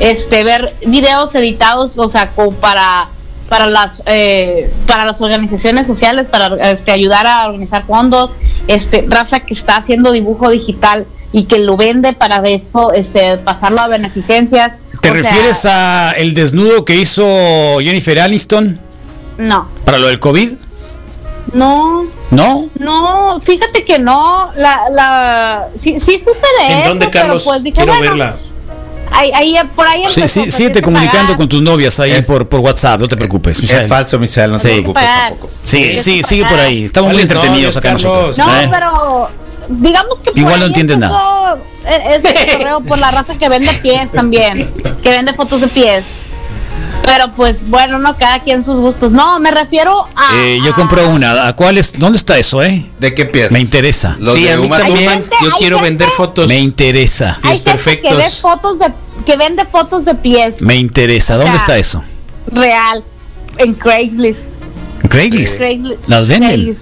Speaker 9: este ver videos editados o sea como para para las eh, para las organizaciones sociales para este, ayudar a organizar fondos este raza que está haciendo dibujo digital y que lo vende para de esto este pasarlo a beneficencias
Speaker 2: ¿Te refieres a el desnudo que hizo Jennifer Aniston
Speaker 9: no
Speaker 2: para lo del COVID?
Speaker 9: no
Speaker 2: ¿No?
Speaker 9: no fíjate que no la la sí, sí supe de
Speaker 4: ¿En
Speaker 9: eso,
Speaker 4: dónde,
Speaker 9: pero
Speaker 4: Carlos?
Speaker 9: pues dije,
Speaker 4: Quiero
Speaker 9: bueno,
Speaker 4: verla.
Speaker 9: ahí, ahí por ahí
Speaker 2: Sí,
Speaker 9: empezó,
Speaker 2: sí, síguete
Speaker 9: pues, tienes que
Speaker 2: comunicando
Speaker 9: pagar.
Speaker 2: con tus novias ahí
Speaker 3: Es-
Speaker 2: por, por WhatsApp, no te preocupes.
Speaker 3: es
Speaker 2: Misael.
Speaker 3: falso, Misael, no te
Speaker 2: Sí.
Speaker 3: preocupes
Speaker 9: Pagar.
Speaker 3: tampoco.
Speaker 2: Sí,
Speaker 9: Es
Speaker 2: sí,
Speaker 9: para
Speaker 2: sigue por
Speaker 9: nada.
Speaker 2: ahí. Estamos muy
Speaker 4: ¿Cuáles
Speaker 2: entretenidos
Speaker 4: novias,
Speaker 2: acá
Speaker 4: Carlos?
Speaker 2: nosotros.
Speaker 9: No,
Speaker 2: ¿eh?
Speaker 9: pero digamos que por
Speaker 2: Igual no
Speaker 9: ahí
Speaker 2: entiendes
Speaker 9: empezó e- ese correo por la raza que vende pies también, que vende fotos de pies. Pero pues bueno, no cada quien sus gustos. No, me refiero a
Speaker 2: Eh, yo
Speaker 9: a-
Speaker 2: compro una. ¿A cuál es? ¿Dónde está eso, eh?
Speaker 3: ¿De qué pies?
Speaker 2: Me interesa.
Speaker 3: Los
Speaker 4: sí,
Speaker 3: de
Speaker 4: a mí
Speaker 3: Uma
Speaker 4: también.
Speaker 9: Thurman.
Speaker 4: Yo
Speaker 9: Hay
Speaker 4: quiero
Speaker 9: gente-
Speaker 4: vender fotos.
Speaker 2: Me interesa.
Speaker 9: Hay
Speaker 4: pies
Speaker 9: gente que ve
Speaker 4: perfectos.
Speaker 9: fotos de que vende fotos de pies
Speaker 2: Me interesa. ¿Dónde
Speaker 9: O sea,
Speaker 2: está eso?
Speaker 9: real en Craigslist.
Speaker 2: Craigslist.
Speaker 9: Craigslist.
Speaker 2: ¿Las venden?
Speaker 9: Craigslist.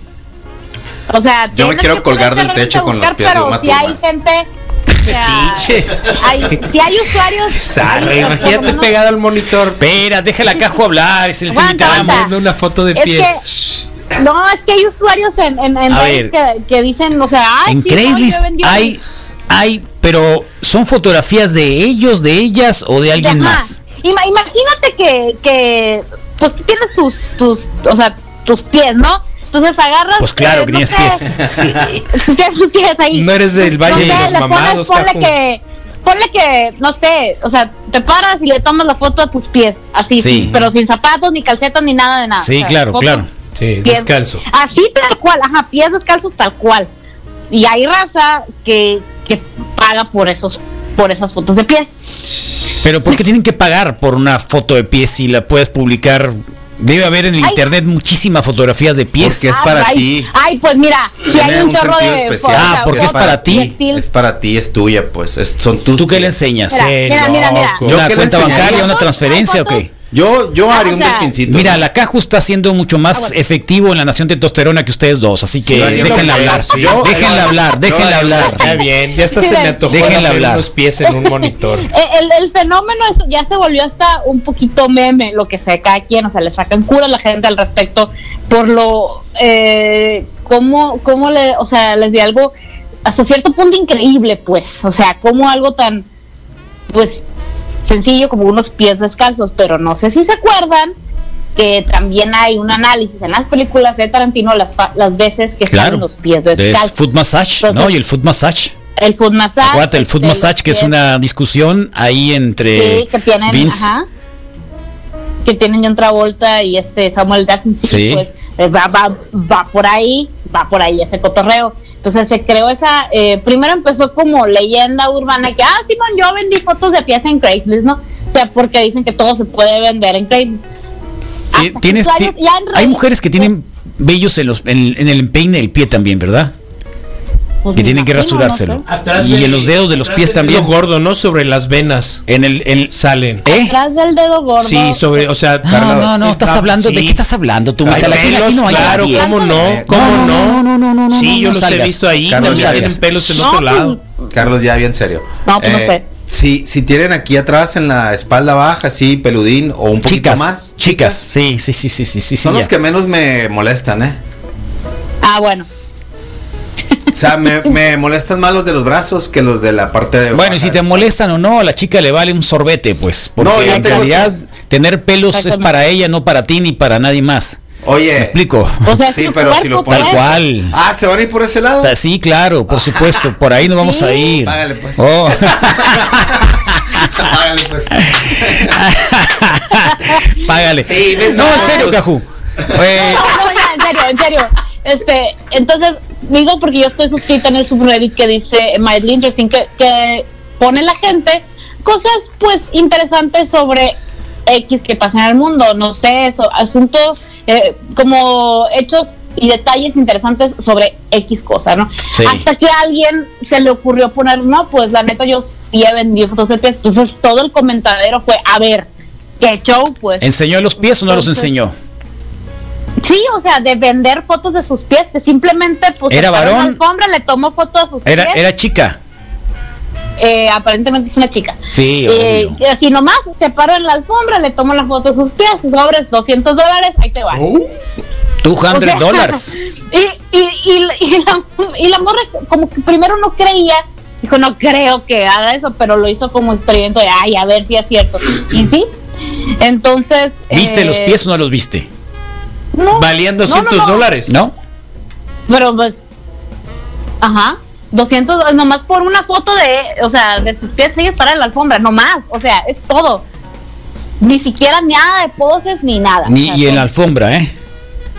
Speaker 9: O sea,
Speaker 3: Yo me
Speaker 9: tienes
Speaker 3: quiero
Speaker 9: que
Speaker 3: colgar del
Speaker 9: ponerte
Speaker 3: techo
Speaker 9: a
Speaker 3: con
Speaker 9: buscar,
Speaker 3: los pies de
Speaker 9: pero
Speaker 3: Uma
Speaker 9: si hay
Speaker 3: Thurman.
Speaker 9: gente o sea,
Speaker 4: Fetiche.
Speaker 9: hay, si hay usuarios
Speaker 4: Zarra,
Speaker 9: hay- por lo
Speaker 4: imagínate
Speaker 9: menos-
Speaker 4: pegado al monitor.
Speaker 2: Espera, déjala a Cajo hablar. Es el
Speaker 9: Aguanta,
Speaker 2: invitamos.
Speaker 9: aguanta.
Speaker 4: Dame una foto de
Speaker 9: Es
Speaker 4: pies.
Speaker 9: que- No, es que hay usuarios en, en, en
Speaker 2: A
Speaker 9: redes
Speaker 2: ver.
Speaker 9: que, que dicen, o sea, ay,
Speaker 2: en
Speaker 9: sí, no,
Speaker 2: Craigslist
Speaker 9: yo vendí-
Speaker 2: hay, hay, pero son fotografías de ellos, de ellas o de alguien
Speaker 9: Ajá.
Speaker 2: más.
Speaker 9: Ima- imagínate que, que, pues tú tienes tus, tus, o sea, tus pies, ¿no? Entonces agarras.
Speaker 2: Pues claro
Speaker 9: eh,
Speaker 2: que
Speaker 9: no
Speaker 2: tienes
Speaker 9: sé,
Speaker 2: pies.
Speaker 9: tú tienes tus pies ahí.
Speaker 4: No eres del Valle de
Speaker 9: sé,
Speaker 4: los
Speaker 9: le pones-
Speaker 4: Mamados,
Speaker 9: Ponle,
Speaker 4: Cajú.
Speaker 9: que, ponle que, no sé, o sea, te paras y le tomas la foto a tus pies, así,
Speaker 2: Sí.
Speaker 9: pero sin zapatos, ni calcetas, ni nada de nada. O
Speaker 2: Sí,
Speaker 9: sea,
Speaker 2: claro,
Speaker 9: fotos
Speaker 2: claro.
Speaker 4: Sí,
Speaker 9: Pies-
Speaker 4: descalzo.
Speaker 9: Así tal cual, ajá, pies descalzos tal cual. Y hay raza que, que paga por esos por esas fotos de pies.
Speaker 2: Pero ¿por qué tienen que pagar por una foto de pies si la puedes publicar? Debe haber en el
Speaker 9: Ay.
Speaker 2: internet muchísimas fotografías de pies.
Speaker 3: Porque es
Speaker 9: Ay,
Speaker 3: para
Speaker 9: ay,
Speaker 3: ti.
Speaker 9: Ay, pues mira, si hay
Speaker 3: Tiene
Speaker 9: un, chorro
Speaker 3: sentido
Speaker 9: de
Speaker 3: especial,
Speaker 9: o sea,
Speaker 2: Ah, porque es
Speaker 9: fotos
Speaker 2: para ti.
Speaker 9: textil.
Speaker 3: Es para ti, es tuya, pues. es- son tus.
Speaker 2: ¿Tú qué le
Speaker 3: pies.
Speaker 2: enseñas?
Speaker 9: Mira, mira, mira, mira.
Speaker 4: loco.
Speaker 3: Yo
Speaker 2: ¿Una
Speaker 3: qué le
Speaker 2: cuenta
Speaker 3: enseñaría?
Speaker 2: bancaria, una
Speaker 9: ¿Fotos?
Speaker 2: transferencia o
Speaker 9: ¿Fotos?
Speaker 2: qué?
Speaker 3: Yo, yo haría un
Speaker 9: Ah, o sea,
Speaker 3: delfincito.
Speaker 2: Mira, la Caju está siendo mucho más
Speaker 9: Ah, bueno.
Speaker 2: efectivo en la nación testosterona que ustedes dos, así que
Speaker 3: Sí,
Speaker 4: sí,
Speaker 2: déjenla
Speaker 4: lo creo,
Speaker 2: hablar,
Speaker 4: sí.
Speaker 3: Yo-
Speaker 2: déjenla hablar, déjenla
Speaker 3: yo-
Speaker 2: hablar.
Speaker 4: Está bien, ya hasta
Speaker 9: Sí,
Speaker 4: se me
Speaker 9: ven.
Speaker 4: antojó
Speaker 2: Déjenla
Speaker 4: de ver
Speaker 2: hablar.
Speaker 4: unos pies en un monitor.
Speaker 9: Eh, El, el fenómeno es- ya se volvió hasta un poquito meme, lo que sea de cada quien, o sea, le sacan cura a la gente al respecto por lo, eh, cómo, cómo le, o sea, les di algo hasta cierto punto increíble, pues, o sea, como algo tan, pues, sencillo como unos pies descalzos, pero no sé si se acuerdan que también hay un análisis en las películas de Tarantino las, fa- las veces que
Speaker 2: Claro.
Speaker 9: salen los pies
Speaker 2: De
Speaker 9: descalzos.
Speaker 2: foot massage, ¿no?
Speaker 9: Entonces,
Speaker 2: Y el foot massage.
Speaker 9: el foot massage.
Speaker 2: Acuérdate, el foot
Speaker 9: este, los
Speaker 2: massage que es
Speaker 9: pies.
Speaker 2: una discusión ahí entre
Speaker 9: Sí, que tienen,
Speaker 2: Eh, Vince.
Speaker 9: ajá, que tienen John Travolta y este Samuel Jackson. Sí,
Speaker 2: Sí.
Speaker 9: pues, eh, va, va, va por ahí, va por ahí ese cotorreo. Entonces se creó esa, eh, primero empezó como leyenda urbana que, ah, Simón, yo vendí fotos de pies en Craigslist, ¿no? O sea, porque dicen que todo se puede vender en Craigslist.
Speaker 2: Ti-
Speaker 9: Hasta
Speaker 2: tienes- ti-
Speaker 9: usuarios ya Ah, en
Speaker 2: hay
Speaker 9: redes-
Speaker 2: mujeres que tienen vellos en, los, en, en el empeine del pie también, ¿verdad?
Speaker 9: pues,
Speaker 2: Que
Speaker 9: me
Speaker 2: tienen que
Speaker 9: imagino, no sé.
Speaker 2: rasurárselo. Y en los dedos de los pies
Speaker 4: Lo
Speaker 2: también.
Speaker 4: gordo, ¿no? Sobre las venas.
Speaker 2: En el, en-
Speaker 4: Salen.
Speaker 2: ¿Eh?
Speaker 9: Atrás del dedo gordo.
Speaker 4: Sí, sobre, o sea,
Speaker 2: No, no, no, estás
Speaker 4: Ah,
Speaker 2: hablando, ¿de
Speaker 4: sí.
Speaker 2: qué estás hablando tú?
Speaker 4: Hay
Speaker 2: Marcela? Aquí- aquí
Speaker 4: pelos,
Speaker 2: no hay
Speaker 4: claro,
Speaker 2: nadie.
Speaker 4: ¿cómo no?
Speaker 3: Eh,
Speaker 4: ¿Cómo
Speaker 2: no, no,
Speaker 4: no?
Speaker 2: no, no, no, no,
Speaker 4: Sí,
Speaker 2: no
Speaker 4: yo los he
Speaker 2: salgas.
Speaker 4: visto ahí,
Speaker 3: Carlos,
Speaker 4: también
Speaker 3: ya
Speaker 4: tienen
Speaker 3: ves.
Speaker 4: pelos en
Speaker 9: No,
Speaker 4: otro
Speaker 9: pues,
Speaker 4: lado.
Speaker 3: Carlos, ya bien serio. Eh,
Speaker 9: No, pues, no sé.
Speaker 3: Si, si tienen aquí atrás en la espalda baja, sí, peludín o un poquito
Speaker 2: Chicas,
Speaker 3: más.
Speaker 2: chicas, sí, sí, sí, sí, sí, sí.
Speaker 3: Son
Speaker 2: sí,
Speaker 3: los
Speaker 2: ya.
Speaker 3: que menos me molestan, ¿eh?
Speaker 9: Ah, bueno.
Speaker 3: O sea, me, me molestan más los de los brazos que los de la parte de.
Speaker 2: Bueno, y
Speaker 3: baja.
Speaker 2: si te molestan o no, a la chica le vale un sorbete, pues, porque
Speaker 3: No, yo
Speaker 2: en
Speaker 3: tengo-
Speaker 2: realidad tener pelos es
Speaker 9: Exactamente.
Speaker 2: para ella, no para ti ni para nadie más.
Speaker 3: Eh.
Speaker 2: ¿Me
Speaker 3: Oye.
Speaker 2: explico?
Speaker 9: O sea,
Speaker 3: Sí,
Speaker 9: es un
Speaker 3: pero si lo
Speaker 9: cuerpo,
Speaker 2: Tal
Speaker 3: pones-
Speaker 2: cual.
Speaker 9: pues.
Speaker 3: Ah, ¿se van a ir por ese lado?
Speaker 2: Ta- Sí, claro, por supuesto, por ahí nos vamos a ir.
Speaker 3: Págale, pues.
Speaker 2: Oh.
Speaker 3: Ándale, pues.
Speaker 2: Págale. no, en serio, Cajú. Eh,
Speaker 9: No, no, ya, en serio, en serio. Este, entonces, digo porque yo estoy suscrita en el subreddit que dice Mildly Interesting, que, que pone la gente cosas pues interesantes sobre X que pasa en el mundo, no sé, eso, asuntos eh, como hechos y detalles interesantes sobre X cosa, ¿no?
Speaker 2: Sí.
Speaker 9: Hasta que a alguien se le ocurrió poner, no, pues la neta yo sí he vendido fotos de pies, entonces todo el comentadero fue, a ver, qué show, pues.
Speaker 2: ¿Enseñó los pies o no los
Speaker 9: Entonces,
Speaker 2: enseñó?
Speaker 9: Sí, o sea, de vender fotos de sus pies, que simplemente pues
Speaker 2: ¿Era
Speaker 9: estaba en
Speaker 2: varón?
Speaker 9: la alfombra, le tomó fotos a sus
Speaker 2: Era,
Speaker 9: pies.
Speaker 2: era chica.
Speaker 9: Eh, aparentemente es una chica.
Speaker 2: Sí,
Speaker 9: Eh,
Speaker 2: obvio.
Speaker 9: y así nomás, se paró en la alfombra, le tomó la foto de sus pies, sobres, 200 dólares, ahí te va.
Speaker 2: 200
Speaker 9: O sea,
Speaker 2: dólares.
Speaker 9: Y, y, y, y la, y la morra como que primero no creía, dijo, no creo que haga eso, pero lo hizo como experimento de, ay, a ver si es cierto. Y sí, entonces...
Speaker 2: ¿Viste
Speaker 9: eh,
Speaker 2: los pies o no los viste?
Speaker 9: No,
Speaker 4: Valían
Speaker 9: no, no,
Speaker 4: 200
Speaker 9: no.
Speaker 4: dólares.
Speaker 2: ¿No?
Speaker 9: Pero pues, ajá, 200 dólares nomás por una foto de, o sea, de sus pies sigues para la alfombra, nomás, o sea, es todo. Ni siquiera nada de poses ni nada. o
Speaker 2: Ni,
Speaker 9: sea,
Speaker 2: y en la
Speaker 9: son-
Speaker 2: alfombra, ¿eh?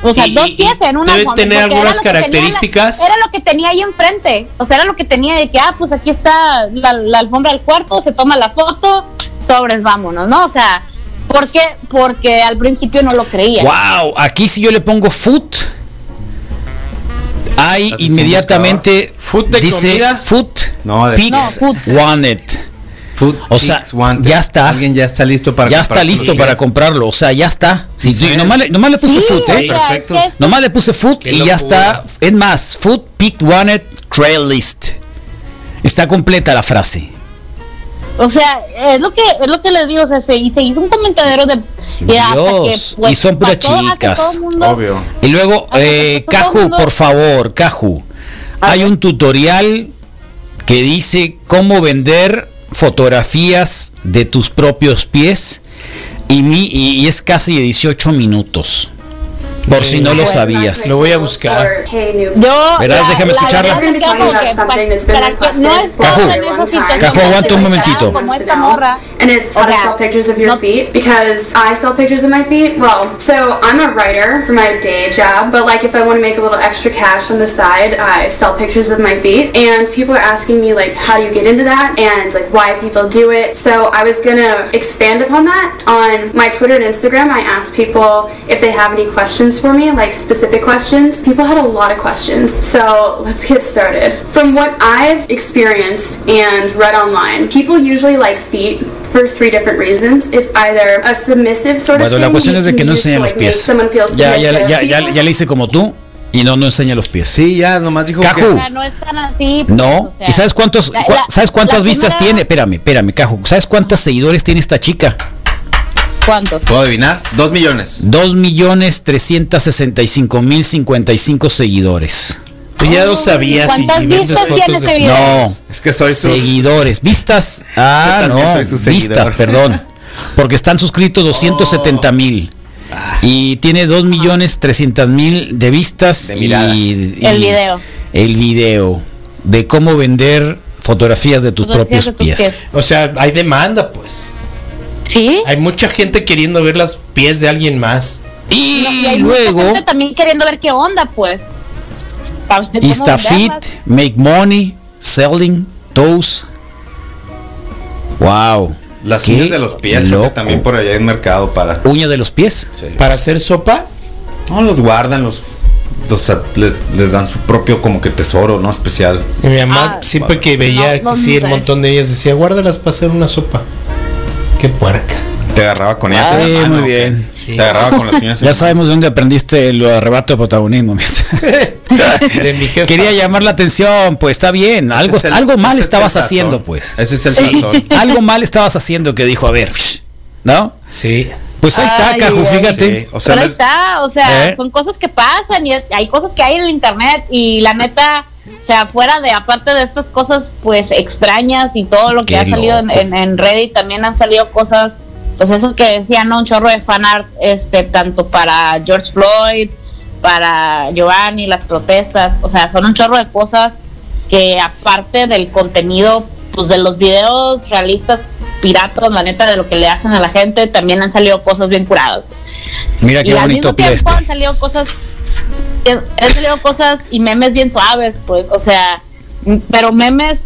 Speaker 9: o sea,
Speaker 4: y-
Speaker 9: dos
Speaker 4: y-
Speaker 9: pies en una
Speaker 4: debe
Speaker 9: alfombra,
Speaker 4: tener
Speaker 9: porque era
Speaker 4: algunas
Speaker 9: lo que tenía en la-
Speaker 4: características.
Speaker 9: era lo que tenía ahí enfrente, o sea, era lo que tenía de que, ah, pues aquí está la, la alfombra del cuarto, se toma la foto, sobres, vámonos, ¿no? O sea, ¿por qué? Porque al principio no lo creía.
Speaker 2: Wow, aquí si yo le pongo foot, hay
Speaker 3: Haces un
Speaker 2: inmediatamente
Speaker 4: ¿Food de
Speaker 2: dice
Speaker 4: comida?
Speaker 2: foot,
Speaker 3: No, de-
Speaker 9: No,
Speaker 2: pics,
Speaker 9: food.
Speaker 2: wanted.
Speaker 3: Food
Speaker 2: O sea,
Speaker 3: Kicks Wanted.
Speaker 2: ya está.
Speaker 3: Alguien ya está listo para
Speaker 2: ya está
Speaker 3: comprar
Speaker 2: listo
Speaker 3: tus
Speaker 2: para
Speaker 3: pies.
Speaker 2: comprarlo, o sea, ya está. Sí, sí, nomás, le, nomás le puse
Speaker 9: Sí,
Speaker 2: foot,
Speaker 9: o
Speaker 2: ¿eh?
Speaker 9: sea, es que es-
Speaker 2: Nomás le puse food
Speaker 4: Qué
Speaker 2: y ya
Speaker 4: locura.
Speaker 2: está. Es más, food pick wanted trail list. Está completa la frase.
Speaker 9: O sea, es lo que es lo que les digo, o sea, se, se hizo un comentadero de Y hasta pues,
Speaker 2: Dios, y son puras
Speaker 9: pasó hace
Speaker 2: chicas.
Speaker 9: todo el mundo-
Speaker 3: Obvio.
Speaker 2: Y luego,
Speaker 9: Ah,
Speaker 2: eh,
Speaker 9: pues, todo el
Speaker 2: Caju,
Speaker 9: mundo-
Speaker 2: por favor, Caju.
Speaker 9: A
Speaker 2: Hay
Speaker 9: ver.
Speaker 2: un tutorial que dice cómo vender fotografías de tus propios pies y, mi- y- y es casi de 18 minutos. Por si no lo sabías.
Speaker 4: Lo voy a buscar.
Speaker 9: Yo,
Speaker 2: Verás, déjame escucharla.
Speaker 9: verdad es que hago que pa- para que no estés
Speaker 2: Cajú.
Speaker 9: en esa situación
Speaker 2: Cajú, aguanta un
Speaker 9: desesperado
Speaker 2: momentito.
Speaker 9: Como esta morra.
Speaker 10: And it's
Speaker 9: O
Speaker 10: how to
Speaker 9: sea,
Speaker 10: sell pictures of your
Speaker 9: no-
Speaker 10: feet because I sell pictures of my feet. Well, so I'm a writer for my day job, but like if I want to make a little extra cash on the side, I sell pictures of my feet. And people are asking me like, how do you get into that? And like why people do it. So I was gonna expand upon that on my Twitter and Instagram. I asked people if they have any questions for me, like specific questions. People had a lot of questions, so let's get started. From what I've experienced and read online, people usually like feet for three different reasons. It's either a submissive sort of
Speaker 2: Bueno,
Speaker 10: thing.
Speaker 2: la cuestión
Speaker 10: you
Speaker 2: es de que
Speaker 10: can
Speaker 2: no
Speaker 10: use to,
Speaker 2: enseñan los
Speaker 10: like, make
Speaker 2: pies.
Speaker 10: someone feel
Speaker 2: Ya, ya,
Speaker 10: submissive.
Speaker 2: ya, ya, ya le hice como tú y no, no enseña los pies.
Speaker 3: Sí, ya nomás dijo
Speaker 2: Caju.
Speaker 9: O
Speaker 3: que.
Speaker 9: sea, no es tan así. pues,
Speaker 2: No,
Speaker 9: o sea,
Speaker 2: ¿y sabes cuántos
Speaker 9: la-
Speaker 2: cua-
Speaker 9: la-
Speaker 2: sabes cuántas
Speaker 9: la
Speaker 2: vistas
Speaker 9: primera-
Speaker 2: tiene? Espérame, espérame, Caju. ¿Sabes cuántos seguidores tiene esta chica?
Speaker 9: ¿Cuántos?
Speaker 3: ¿Puedo adivinar? Dos millones.
Speaker 2: 2.365.055 seguidores.
Speaker 4: Tú ya lo sabías y,
Speaker 9: Oh, ¿Cuántas
Speaker 4: y vendes
Speaker 9: vistas tiene
Speaker 4: fotos
Speaker 9: ese
Speaker 4: de
Speaker 9: video?
Speaker 2: No,
Speaker 3: Es que soy su-
Speaker 2: seguidores, vistas. Ah,
Speaker 3: Yo también
Speaker 2: no,
Speaker 3: soy su seguidor.
Speaker 2: vistas, perdón. Porque están suscritos 270 mil.
Speaker 3: Ah.
Speaker 2: Y tiene 2.300.000 de vistas
Speaker 3: De
Speaker 2: y-
Speaker 3: miradas.
Speaker 2: y-
Speaker 9: El video.
Speaker 2: El video de cómo vender fotografías de tus
Speaker 9: Fotografías
Speaker 2: propios
Speaker 9: de tus
Speaker 2: pies.
Speaker 9: pies.
Speaker 4: O sea, hay demanda, pues.
Speaker 9: ¿Sí?
Speaker 4: Hay mucha gente queriendo ver las pies de alguien más.
Speaker 2: Y,
Speaker 9: No, y hay mucha
Speaker 2: luego
Speaker 9: gente también queriendo ver qué onda, pues. Pa' ver cómo
Speaker 2: InstaFit,
Speaker 9: venderlas.
Speaker 2: Make Money, Selling, Toes. Wow.
Speaker 3: Las
Speaker 2: Qué
Speaker 3: uñas de los pies, creo que
Speaker 2: loco.
Speaker 3: también por allá hay un mercado para.
Speaker 2: Uña de los pies.
Speaker 3: Sí.
Speaker 4: Para hacer sopa,
Speaker 3: No, los guardan, los. los les, les dan su propio como que tesoro, ¿no? Especial.
Speaker 4: y mi mamá
Speaker 9: Ah.
Speaker 4: siempre que veía
Speaker 9: No, no,
Speaker 4: sí, el
Speaker 9: no.
Speaker 4: montón de ellas decía, guárdalas para hacer una sopa. Qué puerca.
Speaker 3: Te agarraba con ellas. en
Speaker 2: Sí,
Speaker 3: la mano,
Speaker 2: Ah, muy
Speaker 3: ¿o qué?
Speaker 2: bien.
Speaker 3: Te agarraba con las uñas.
Speaker 2: Ya
Speaker 3: en la mano.
Speaker 2: sabemos de dónde aprendiste el arrebato de protagonismo. mis.
Speaker 4: De mi jefa.
Speaker 2: Quería llamar la atención, pues está bien. Algo,
Speaker 3: Ese es el-
Speaker 2: algo mal
Speaker 3: ese es
Speaker 2: estabas
Speaker 3: el sazón.
Speaker 2: haciendo, pues.
Speaker 3: Ese es el sazón.
Speaker 2: Algo mal estabas haciendo que dijo, a ver, ¿no?
Speaker 4: Sí.
Speaker 2: Pues ahí está,
Speaker 9: Ay,
Speaker 2: Caju,
Speaker 9: ay.
Speaker 2: fíjate.
Speaker 3: Sí, o sea,
Speaker 9: Pero ahí
Speaker 3: les-
Speaker 9: está, o sea,
Speaker 2: ¿Eh?
Speaker 9: son cosas que pasan y es- hay cosas que hay en el internet y la neta, o sea, fuera de, aparte de estas cosas pues extrañas y todo lo que
Speaker 2: Qué
Speaker 9: ha salido en,
Speaker 2: loco.
Speaker 9: en, en Reddit también han salido cosas, pues eso que decían, ¿no? Un chorro de fanart, este, tanto para George Floyd, para Giovanni, las protestas, o sea, son un chorro de cosas que aparte del contenido, pues de los videos realistas piratas, la neta, de lo que le hacen a la gente, también han salido cosas bien curadas.
Speaker 2: Mira
Speaker 9: Y
Speaker 2: qué
Speaker 9: al mismo
Speaker 2: bonito pie
Speaker 9: tiempo
Speaker 2: este.
Speaker 9: han salido cosas, han- han salido cosas y memes bien suaves, pues, o sea, m- pero memes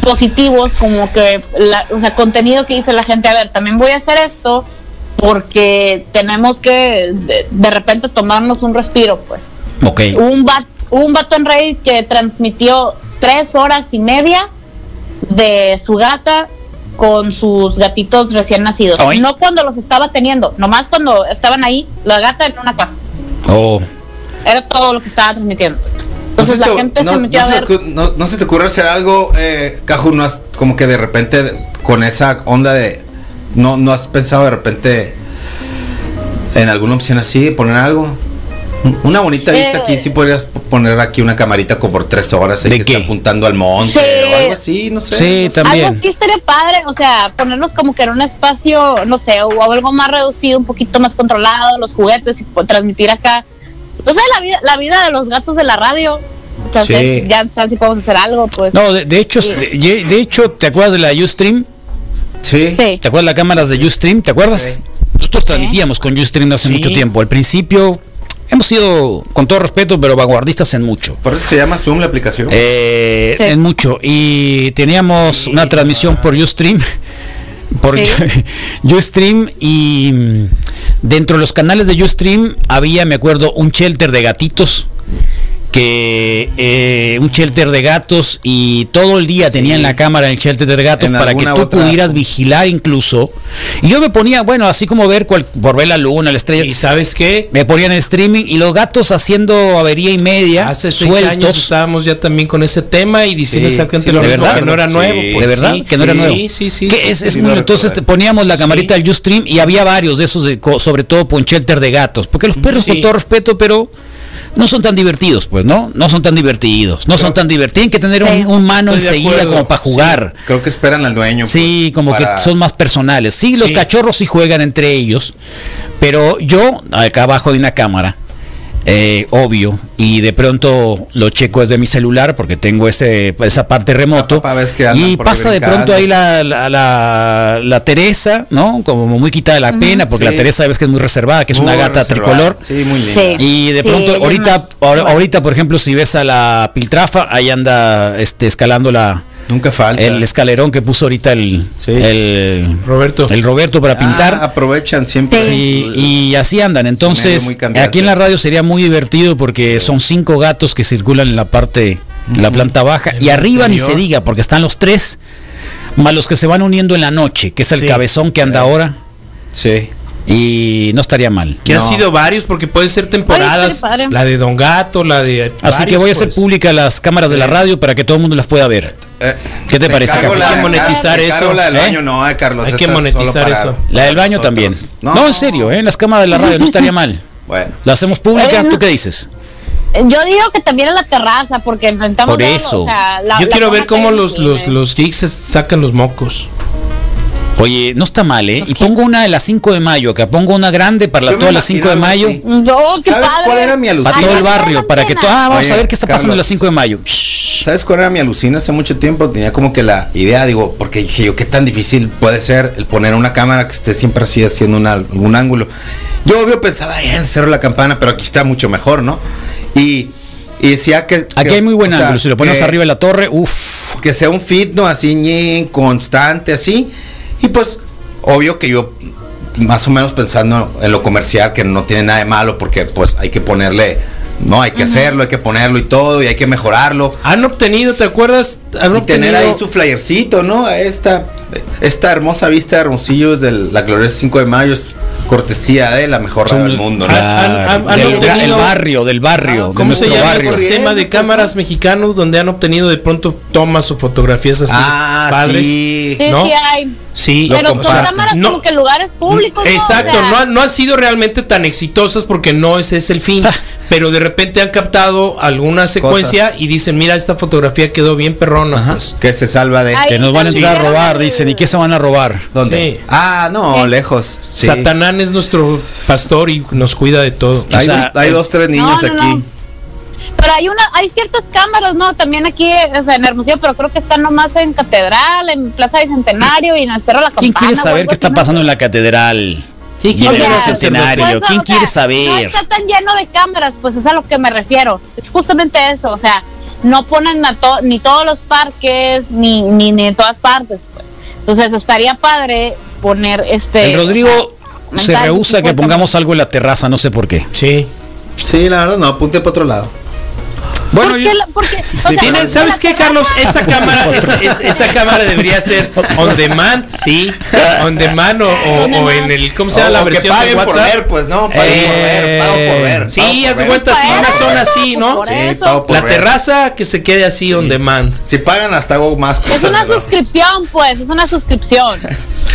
Speaker 9: positivos, como que, la- o sea, contenido que dice la gente, a ver, también voy a hacer esto porque tenemos que de, de repente tomarnos un respiro, pues.
Speaker 2: Ok.
Speaker 9: Hubo un, bat, hubo un vato en Reddit que transmitió tres horas y media de su gata con sus gatitos recién nacidos.
Speaker 2: Ay.
Speaker 9: No cuando los estaba teniendo, nomás cuando estaban ahí, la gata en una casa.
Speaker 2: Oh,
Speaker 9: Era todo lo que estaba transmitiendo. Entonces
Speaker 3: no se
Speaker 9: la
Speaker 3: te-
Speaker 9: gente
Speaker 3: Pues no-
Speaker 9: se metió
Speaker 3: no
Speaker 9: a
Speaker 3: se
Speaker 9: ver.
Speaker 3: te ocu- no- no se te ocurre hacer algo, eh, Caju, no has, como que de repente de- con esa onda de. No, no has pensado de repente en alguna opción así, poner algo. Una bonita
Speaker 9: Eh,
Speaker 3: vista aquí, sí podrías p- poner aquí una camarita como por tres horas ahí
Speaker 2: ¿De
Speaker 3: que
Speaker 2: qué?
Speaker 3: está apuntando al monte
Speaker 9: Sí.
Speaker 3: o algo así, no sé.
Speaker 2: sí,
Speaker 3: no sé.
Speaker 2: también.
Speaker 9: Algo que estaría padre, o sea, ponernos como que en un espacio, no sé, o algo más reducido, un poquito más controlado, los juguetes y po- transmitir acá. O sea, la vida, la vida de los gatos de la radio. O sea,
Speaker 3: Sí.
Speaker 9: ya, ya si podemos hacer algo, pues.
Speaker 2: No, de, de hecho,
Speaker 9: Sí.
Speaker 2: de, de hecho, ¿te acuerdas de la Ustream?
Speaker 3: Sí.
Speaker 9: Sí.
Speaker 2: ¿Te acuerdas las cámaras de Ustream? ¿Te acuerdas? Nosotros transmitíamos con Ustream hace
Speaker 4: Sí.
Speaker 2: mucho tiempo. Al principio hemos sido, con todo respeto, pero vanguardistas en mucho.
Speaker 3: Por eso se llama Zoom la aplicación.
Speaker 2: Eh,
Speaker 9: Sí.
Speaker 2: En mucho. Y teníamos
Speaker 4: Sí,
Speaker 2: una transmisión
Speaker 4: ah.
Speaker 2: por Ustream. Por
Speaker 9: Sí.
Speaker 2: Ustream y mm, dentro de los canales de Ustream había, me acuerdo, un shelter de gatitos que eh, un shelter de gatos y todo el día tenían la cámara en el shelter de gatos
Speaker 3: En
Speaker 2: para que
Speaker 3: alguna
Speaker 2: tú
Speaker 3: otra-
Speaker 2: pudieras vigilar incluso. Y yo me ponía, bueno, así como ver cual- por ver la luna, la estrella. ¿Y
Speaker 4: sabes qué?
Speaker 2: Me ponían en streaming y los gatos haciendo avería y media,
Speaker 4: Hace seis años
Speaker 2: sueltos.
Speaker 4: estábamos ya también con ese tema y diciendo
Speaker 2: Sí,
Speaker 4: exactamente
Speaker 2: sí,
Speaker 4: lo
Speaker 2: de
Speaker 4: mismo,
Speaker 2: verdad.
Speaker 4: que no era
Speaker 2: Sí,
Speaker 4: nuevo.
Speaker 2: de
Speaker 4: pues,
Speaker 2: verdad,
Speaker 4: sí,
Speaker 2: que no era
Speaker 4: sí,
Speaker 2: nuevo.
Speaker 4: Sí, sí, sí.
Speaker 2: Que es, es
Speaker 4: Sí,
Speaker 2: muy-
Speaker 4: lo
Speaker 2: entonces te
Speaker 4: recuerdo.
Speaker 2: poníamos la camarita del Ustream y había varios de esos, de co- sobre todo ponchelter de gatos. Porque los perros, con todo respeto, pero no son tan divertidos, pues, ¿no? No son tan divertidos. No son tan divertidos. Tienen que tener un, un mano
Speaker 3: Estoy de
Speaker 2: enseguida
Speaker 3: acuerdo.
Speaker 2: como para jugar.
Speaker 3: Creo que esperan al dueño. pues,
Speaker 2: Sí, como
Speaker 3: para-
Speaker 2: que son más personales. Sí, los cachorros sí juegan entre ellos, pero yo acá abajo de una cámara, eh, obvio, y de pronto lo checo desde mi celular porque tengo ese esa parte remoto
Speaker 3: que andan
Speaker 2: y
Speaker 3: por
Speaker 2: pasa de
Speaker 3: brincando.
Speaker 2: pronto ahí la, la, la- la Teresa, ¿no? Como muy quitada de la pena porque
Speaker 3: Sí.
Speaker 2: la Teresa ves que es muy reservada, que es
Speaker 3: Muy
Speaker 2: una gata
Speaker 3: reservada.
Speaker 2: tricolor.
Speaker 3: Sí, muy linda. Sí,
Speaker 2: Y de
Speaker 3: sí,
Speaker 2: pronto
Speaker 3: ella
Speaker 2: ahorita
Speaker 3: más-
Speaker 2: ahora- ahorita por ejemplo si ves a la Piltrafa, ahí anda este escalando la
Speaker 3: Nunca falta.
Speaker 2: el escalerón que puso ahorita el, el
Speaker 4: Roberto.
Speaker 2: El Roberto para pintar.
Speaker 3: Ah, aprovechan siempre.
Speaker 2: Sí, y así andan.
Speaker 3: medio
Speaker 2: Entonces,
Speaker 3: muy cambiante.
Speaker 2: aquí en la radio sería muy divertido porque son cinco gatos que circulan en la parte, en
Speaker 3: Mm.
Speaker 2: la planta baja. Y arriba ni se
Speaker 4: interior.
Speaker 2: diga, porque están los tres, más los que se van uniendo en la noche, que es el cabezón que anda ahora.
Speaker 3: Sí.
Speaker 2: Y no estaría mal.
Speaker 4: Que
Speaker 2: No.
Speaker 4: han sido varios, porque pueden ser temporadas.
Speaker 9: Oye, qué padre.
Speaker 4: la de Don Gato, la de. pues.
Speaker 2: Así que voy a
Speaker 3: pues.
Speaker 2: hacer pública las cámaras de la radio para que todo el mundo las pueda ver.
Speaker 3: Eh,
Speaker 2: ¿Qué te parece,
Speaker 3: cargo
Speaker 2: Capi?
Speaker 3: la-
Speaker 2: Hay que
Speaker 3: te cargo la del
Speaker 2: ¿Eh?
Speaker 3: baño, no, eh, Carlos.
Speaker 2: Hay
Speaker 3: esa
Speaker 2: que
Speaker 3: es solo
Speaker 2: monetizar
Speaker 3: para-
Speaker 2: eso.
Speaker 3: para
Speaker 2: La del baño también. No, en serio, ¿eh? en las cámaras de la radio no estaría mal.
Speaker 3: Bueno.
Speaker 2: La hacemos pública,
Speaker 9: Bueno.
Speaker 2: ¿tú qué dices?
Speaker 9: Yo digo que también en la terraza, porque enfrentamos.
Speaker 2: Por eso.
Speaker 4: Yo quiero ver cómo
Speaker 9: los
Speaker 4: los, los, los geeks se sacan los mocos.
Speaker 2: Oye, no está mal, ¿eh? Y pongo una de las 5 de mayo acá, pongo una grande para la-
Speaker 3: Yo me
Speaker 2: todas las
Speaker 3: imagino
Speaker 2: 5 de
Speaker 3: algo
Speaker 2: mayo.
Speaker 3: así.
Speaker 9: No, Mm, oh, qué
Speaker 3: ¿Sabes
Speaker 9: padre.
Speaker 3: cuál era mi alucina?
Speaker 2: Para todo el barrio, para que todo. Ah, vamos
Speaker 3: Oye,
Speaker 2: a ver qué está pasando
Speaker 3: Carlos.
Speaker 2: en las 5 de mayo.
Speaker 3: ¿Sabes cuál era mi alucina hace mucho tiempo? Tenía como que la idea, digo, porque dije yo, qué tan difícil puede ser el poner una cámara que esté siempre así haciendo una- un ángulo. Yo obvio pensaba, ay, el cerro de la campana, pero aquí está mucho mejor, ¿no? Y, y decía que.
Speaker 2: Aquí
Speaker 3: que-
Speaker 2: hay muy buen
Speaker 3: o sea, eh,
Speaker 2: ángulo. Si lo ponemos
Speaker 3: que-
Speaker 2: arriba de la torre, uff.
Speaker 3: que sea un fit, ¿no? Así, ñe, constante, así. Y pues, obvio que yo, más o menos pensando en lo comercial, que no tiene nada de malo, porque pues hay que ponerle, ¿no? Hay que hacerlo, hay que ponerlo y todo, y hay que mejorarlo.
Speaker 4: Han obtenido, ¿te acuerdas? Han
Speaker 3: Y tener
Speaker 4: obtenido-
Speaker 3: ahí su flyercito, ¿no? Esta, esta hermosa vista de Hermosillo es de la gloriosa 5 de mayo, es cortesía de la mejor radio del mundo, ¿no?
Speaker 4: han- han- han
Speaker 2: del gra-
Speaker 4: obtenido-
Speaker 2: el barrio, del barrio, de
Speaker 4: Ah, ¿Cómo se
Speaker 2: nuestro
Speaker 4: llama
Speaker 2: barrio.
Speaker 4: el sistema de cámaras
Speaker 9: pues,
Speaker 4: mexicanos donde han obtenido de pronto tomas o fotografías así
Speaker 3: Ah,
Speaker 4: padres?
Speaker 3: sí.
Speaker 9: Sí,
Speaker 4: ¿no?
Speaker 9: sí hay.
Speaker 4: Sí,
Speaker 9: Pero
Speaker 4: o
Speaker 9: con
Speaker 4: sea,
Speaker 9: cámaras
Speaker 4: no-
Speaker 9: como que en lugares públicos. ¿no?
Speaker 4: Exacto,
Speaker 9: O sea,
Speaker 4: no, han- no han sido realmente tan exitosas porque no ese es el fin,
Speaker 9: Ah.
Speaker 4: pero de repente han captado alguna secuencia y dicen, mira, esta fotografía quedó bien perrona. pues".
Speaker 3: Que se salva de...
Speaker 9: Ahí
Speaker 2: Que nos van a entrar a
Speaker 9: también.
Speaker 2: robar, dicen. ¿Y qué se van a robar?
Speaker 3: ¿Dónde?
Speaker 4: Sí.
Speaker 3: Ah, no, lejos. sí.
Speaker 4: Satanán es nuestro pastor y nos cuida de todo.
Speaker 2: O
Speaker 3: Hay,
Speaker 2: sea,
Speaker 3: dos, hay dos, tres niños
Speaker 9: No, no,
Speaker 3: aquí.
Speaker 9: no. Pero hay una, hay ciertas cámaras, ¿no? También aquí, o sea, en Hermosillo, pero creo que están nomás en Catedral, en Plaza Bicentenario y en el Cerro de la Campana.
Speaker 2: ¿Quién quiere
Speaker 9: o
Speaker 2: saber
Speaker 9: algo
Speaker 2: qué está
Speaker 9: así, ¿no?
Speaker 2: pasando en la catedral?
Speaker 4: Sí,
Speaker 2: Y en
Speaker 9: O sea,
Speaker 2: el
Speaker 9: pues,
Speaker 2: centenario.
Speaker 9: o
Speaker 2: ¿Quién
Speaker 9: sea,
Speaker 2: quiere
Speaker 9: No
Speaker 2: saber?
Speaker 9: está tan lleno de cámaras, pues es a lo que me refiero. Es justamente eso, o sea, no ponen a to- ni todos los parques, ni, ni, ni en todas partes. pues. Entonces estaría padre poner este...
Speaker 2: El Rodrigo
Speaker 9: o sea,
Speaker 2: se
Speaker 9: aumentar el
Speaker 2: rehúsa
Speaker 9: tipo
Speaker 2: que
Speaker 9: de cámaras.
Speaker 2: pongamos algo en la terraza, no sé por qué.
Speaker 4: Sí.
Speaker 3: Sí, la verdad no, apunte para otro lado.
Speaker 2: Bueno,
Speaker 9: ¿Por
Speaker 2: yo-
Speaker 9: qué la- por qué? O
Speaker 3: Sí,
Speaker 9: sea,
Speaker 4: Tienen-
Speaker 9: la
Speaker 4: ¿Sabes qué, Carlos? Esa cámara, esa, es- esa cámara debería ser on demand, sí. On demand o, o- o en el, ¿cómo se llama la
Speaker 3: O- o que
Speaker 4: versión de
Speaker 3: paguen por
Speaker 4: WhatsApp? Eh.
Speaker 3: ver, pues no, paguen por ver, pago por ver. pago
Speaker 4: Sí,
Speaker 3: por
Speaker 4: haz de
Speaker 3: ver.
Speaker 4: cuenta, sí,
Speaker 9: Por
Speaker 4: una
Speaker 9: eso,
Speaker 4: zona así, ¿no?
Speaker 9: pues, por eso.
Speaker 3: pago por
Speaker 4: La
Speaker 3: ver.
Speaker 4: terraza que se quede así on demand.
Speaker 3: Si pagan hasta hago más cosas.
Speaker 9: Es una
Speaker 3: ¿verdad?
Speaker 9: suscripción, pues, es una suscripción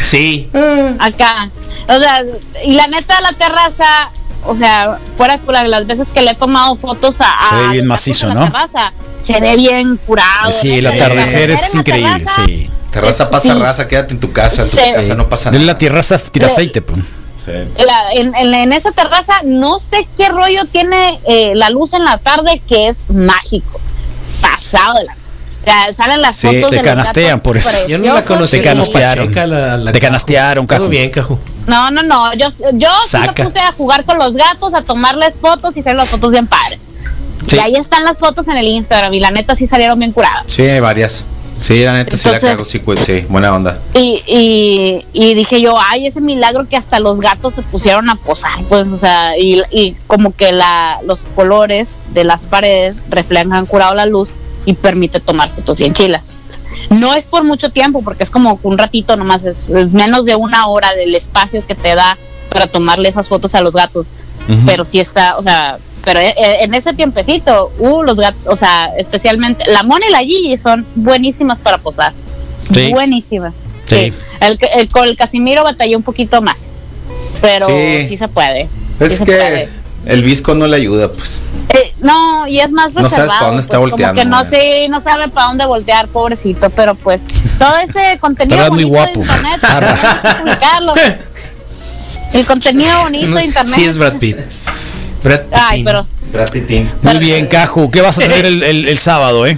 Speaker 4: Sí.
Speaker 9: acá. O sea, y la neta de la terraza, o sea, fuera de la- las veces que le he tomado fotos a... a
Speaker 2: Se ve bien
Speaker 9: los tacos
Speaker 2: macizo,
Speaker 9: en
Speaker 2: ¿no?
Speaker 9: La terraza, se ve bien curado.
Speaker 2: Sí, el
Speaker 9: ¿no?
Speaker 2: atardecer
Speaker 9: Ver
Speaker 2: es
Speaker 9: en la
Speaker 2: increíble,
Speaker 9: terraza,
Speaker 2: sí.
Speaker 3: Terraza pasa
Speaker 9: Sí.
Speaker 3: raza, quédate en tu casa, en tu
Speaker 9: Sí.
Speaker 3: casa no pasa
Speaker 2: En
Speaker 3: nada.
Speaker 2: la terraza tira
Speaker 9: Le-
Speaker 2: aceite, pues.
Speaker 9: la- en, en- en esa terraza no sé qué rollo tiene eh, la luz en la tarde que es mágico, pasado de la o sea, salen las
Speaker 3: Sí,
Speaker 9: fotos
Speaker 2: te
Speaker 9: de los
Speaker 2: canastean
Speaker 9: gatos
Speaker 2: por eso.
Speaker 4: Yo no la
Speaker 9: preciosos
Speaker 4: conocí.
Speaker 2: Te
Speaker 9: y-
Speaker 4: como
Speaker 2: canastearon.
Speaker 4: Pacheca, la- la
Speaker 2: Te
Speaker 4: Caju.
Speaker 2: canastearon, Caju.
Speaker 4: Todo bien, Caju.
Speaker 9: No, no, no. Yo, yo sí me
Speaker 2: Saca.
Speaker 9: puse a jugar con los gatos, a tomarles fotos y hacer las fotos bien padres.
Speaker 2: Sí.
Speaker 9: Y ahí están las fotos en el Instagram y la neta sí salieron bien curadas.
Speaker 3: Sí, hay varias. Sí, la neta, sí la cago, sí, cu- sí, buena onda.
Speaker 9: Y, y, y dije yo, ay, ese milagro que hasta los gatos se pusieron a posar, pues, o sea, y, y como que la, los colores de las paredes reflejan curado la luz y permite tomar fotos y enchilas. No es por mucho tiempo, porque es como un ratito nomás, es, es menos de una hora del espacio que te da para tomarle esas fotos a los gatos,
Speaker 11: Ujú.
Speaker 9: pero sí está, o sea, pero e- e- en ese tiempecito, uh, los gatos, o sea, especialmente la Mona y la Gigi son buenísimas para posar,
Speaker 3: Sí.
Speaker 9: buenísimas.
Speaker 2: Sí.
Speaker 9: El, el- con el Casimiro batalló un poquito más. Pero
Speaker 3: Sí.
Speaker 9: sí, se puede.
Speaker 3: Es
Speaker 9: sí se
Speaker 3: que
Speaker 9: puede.
Speaker 3: el visco no le ayuda, pues.
Speaker 9: Eh, no, y es más
Speaker 3: No sabes
Speaker 9: reservado.
Speaker 3: pa' dónde está
Speaker 9: pues,
Speaker 3: volteando,
Speaker 9: Como
Speaker 3: man.
Speaker 9: que no, sí, no sabe para dónde voltear, pobrecito. Pero pues todo ese contenido
Speaker 2: Estarás muy guapo.
Speaker 9: bonito de internet,
Speaker 3: Ah,
Speaker 9: tenemos que publicarlo. El contenido bonito de internet.
Speaker 4: Sí, es Brad Pitt. Brad
Speaker 9: Ay,
Speaker 4: Pittin.
Speaker 9: pero
Speaker 2: Muy bien, Caju. ¿Qué vas a tener el, el- el sábado, eh?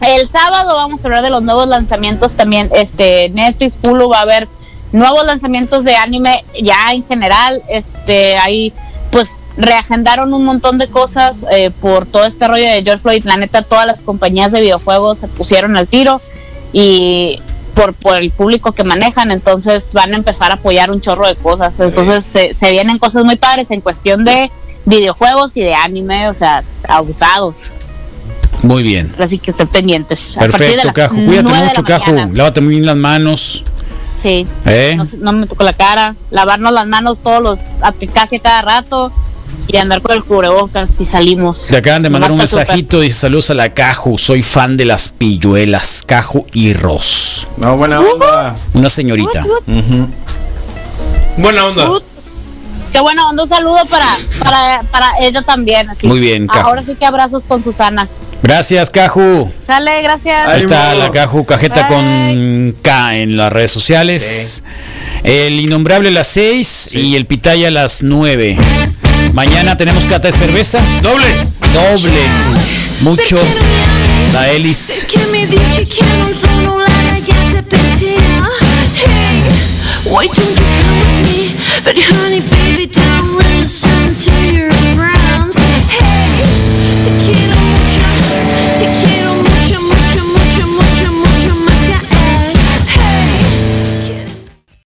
Speaker 9: El sábado vamos a hablar de los nuevos lanzamientos también. Este Netflix, Hulu va a haber nuevos lanzamientos de anime ya en general. Este ahí pues reagendaron un montón de cosas eh, por todo este rollo de George Floyd. La neta, todas las compañías de videojuegos se pusieron al tiro y por, por el público que manejan, entonces van a empezar a apoyar un chorro de cosas. Entonces se, se vienen cosas muy padres en cuestión de videojuegos y de anime, o sea, abusados.
Speaker 2: Muy bien.
Speaker 9: Así que estén pendientes. A partir de
Speaker 2: Perfecto,
Speaker 9: las
Speaker 2: Caju. Cuídate
Speaker 9: nueve de
Speaker 2: mucho,
Speaker 9: la mañana.
Speaker 2: Caju. Lávate muy bien las manos.
Speaker 9: Sí.
Speaker 2: ¿Eh?
Speaker 9: No, no me toco la cara. Lavarnos las manos todos los, a- casi a cada rato. Y andar con el cubrebocas si salimos.
Speaker 2: Le acaban de mandar un
Speaker 9: Nomás para
Speaker 2: mensajito. Dice saludos a la Caju. Soy fan de las pilluelas, Caju y Ros.
Speaker 3: No, buena
Speaker 9: Uh-huh.
Speaker 3: onda.
Speaker 2: Una señorita.
Speaker 4: Buena onda.
Speaker 9: super- Qué bueno, un saludo para, para, para ella también. así.
Speaker 2: Muy bien, Caju.
Speaker 9: Ahora sí que abrazos con Susana.
Speaker 2: Gracias, Caju.
Speaker 9: Sale, gracias.
Speaker 2: Ahí está la Caju Cajeta con K en las redes sociales. El Innombrable a las 6 y el Pitaya a las 9. Mañana tenemos cata de cerveza.
Speaker 4: Doble.
Speaker 2: Doble. Mucho. La Elis.
Speaker 12: Perché mi dici che non sono la ragazza per te? Hey, why don't you come with me? But honey, baby, don't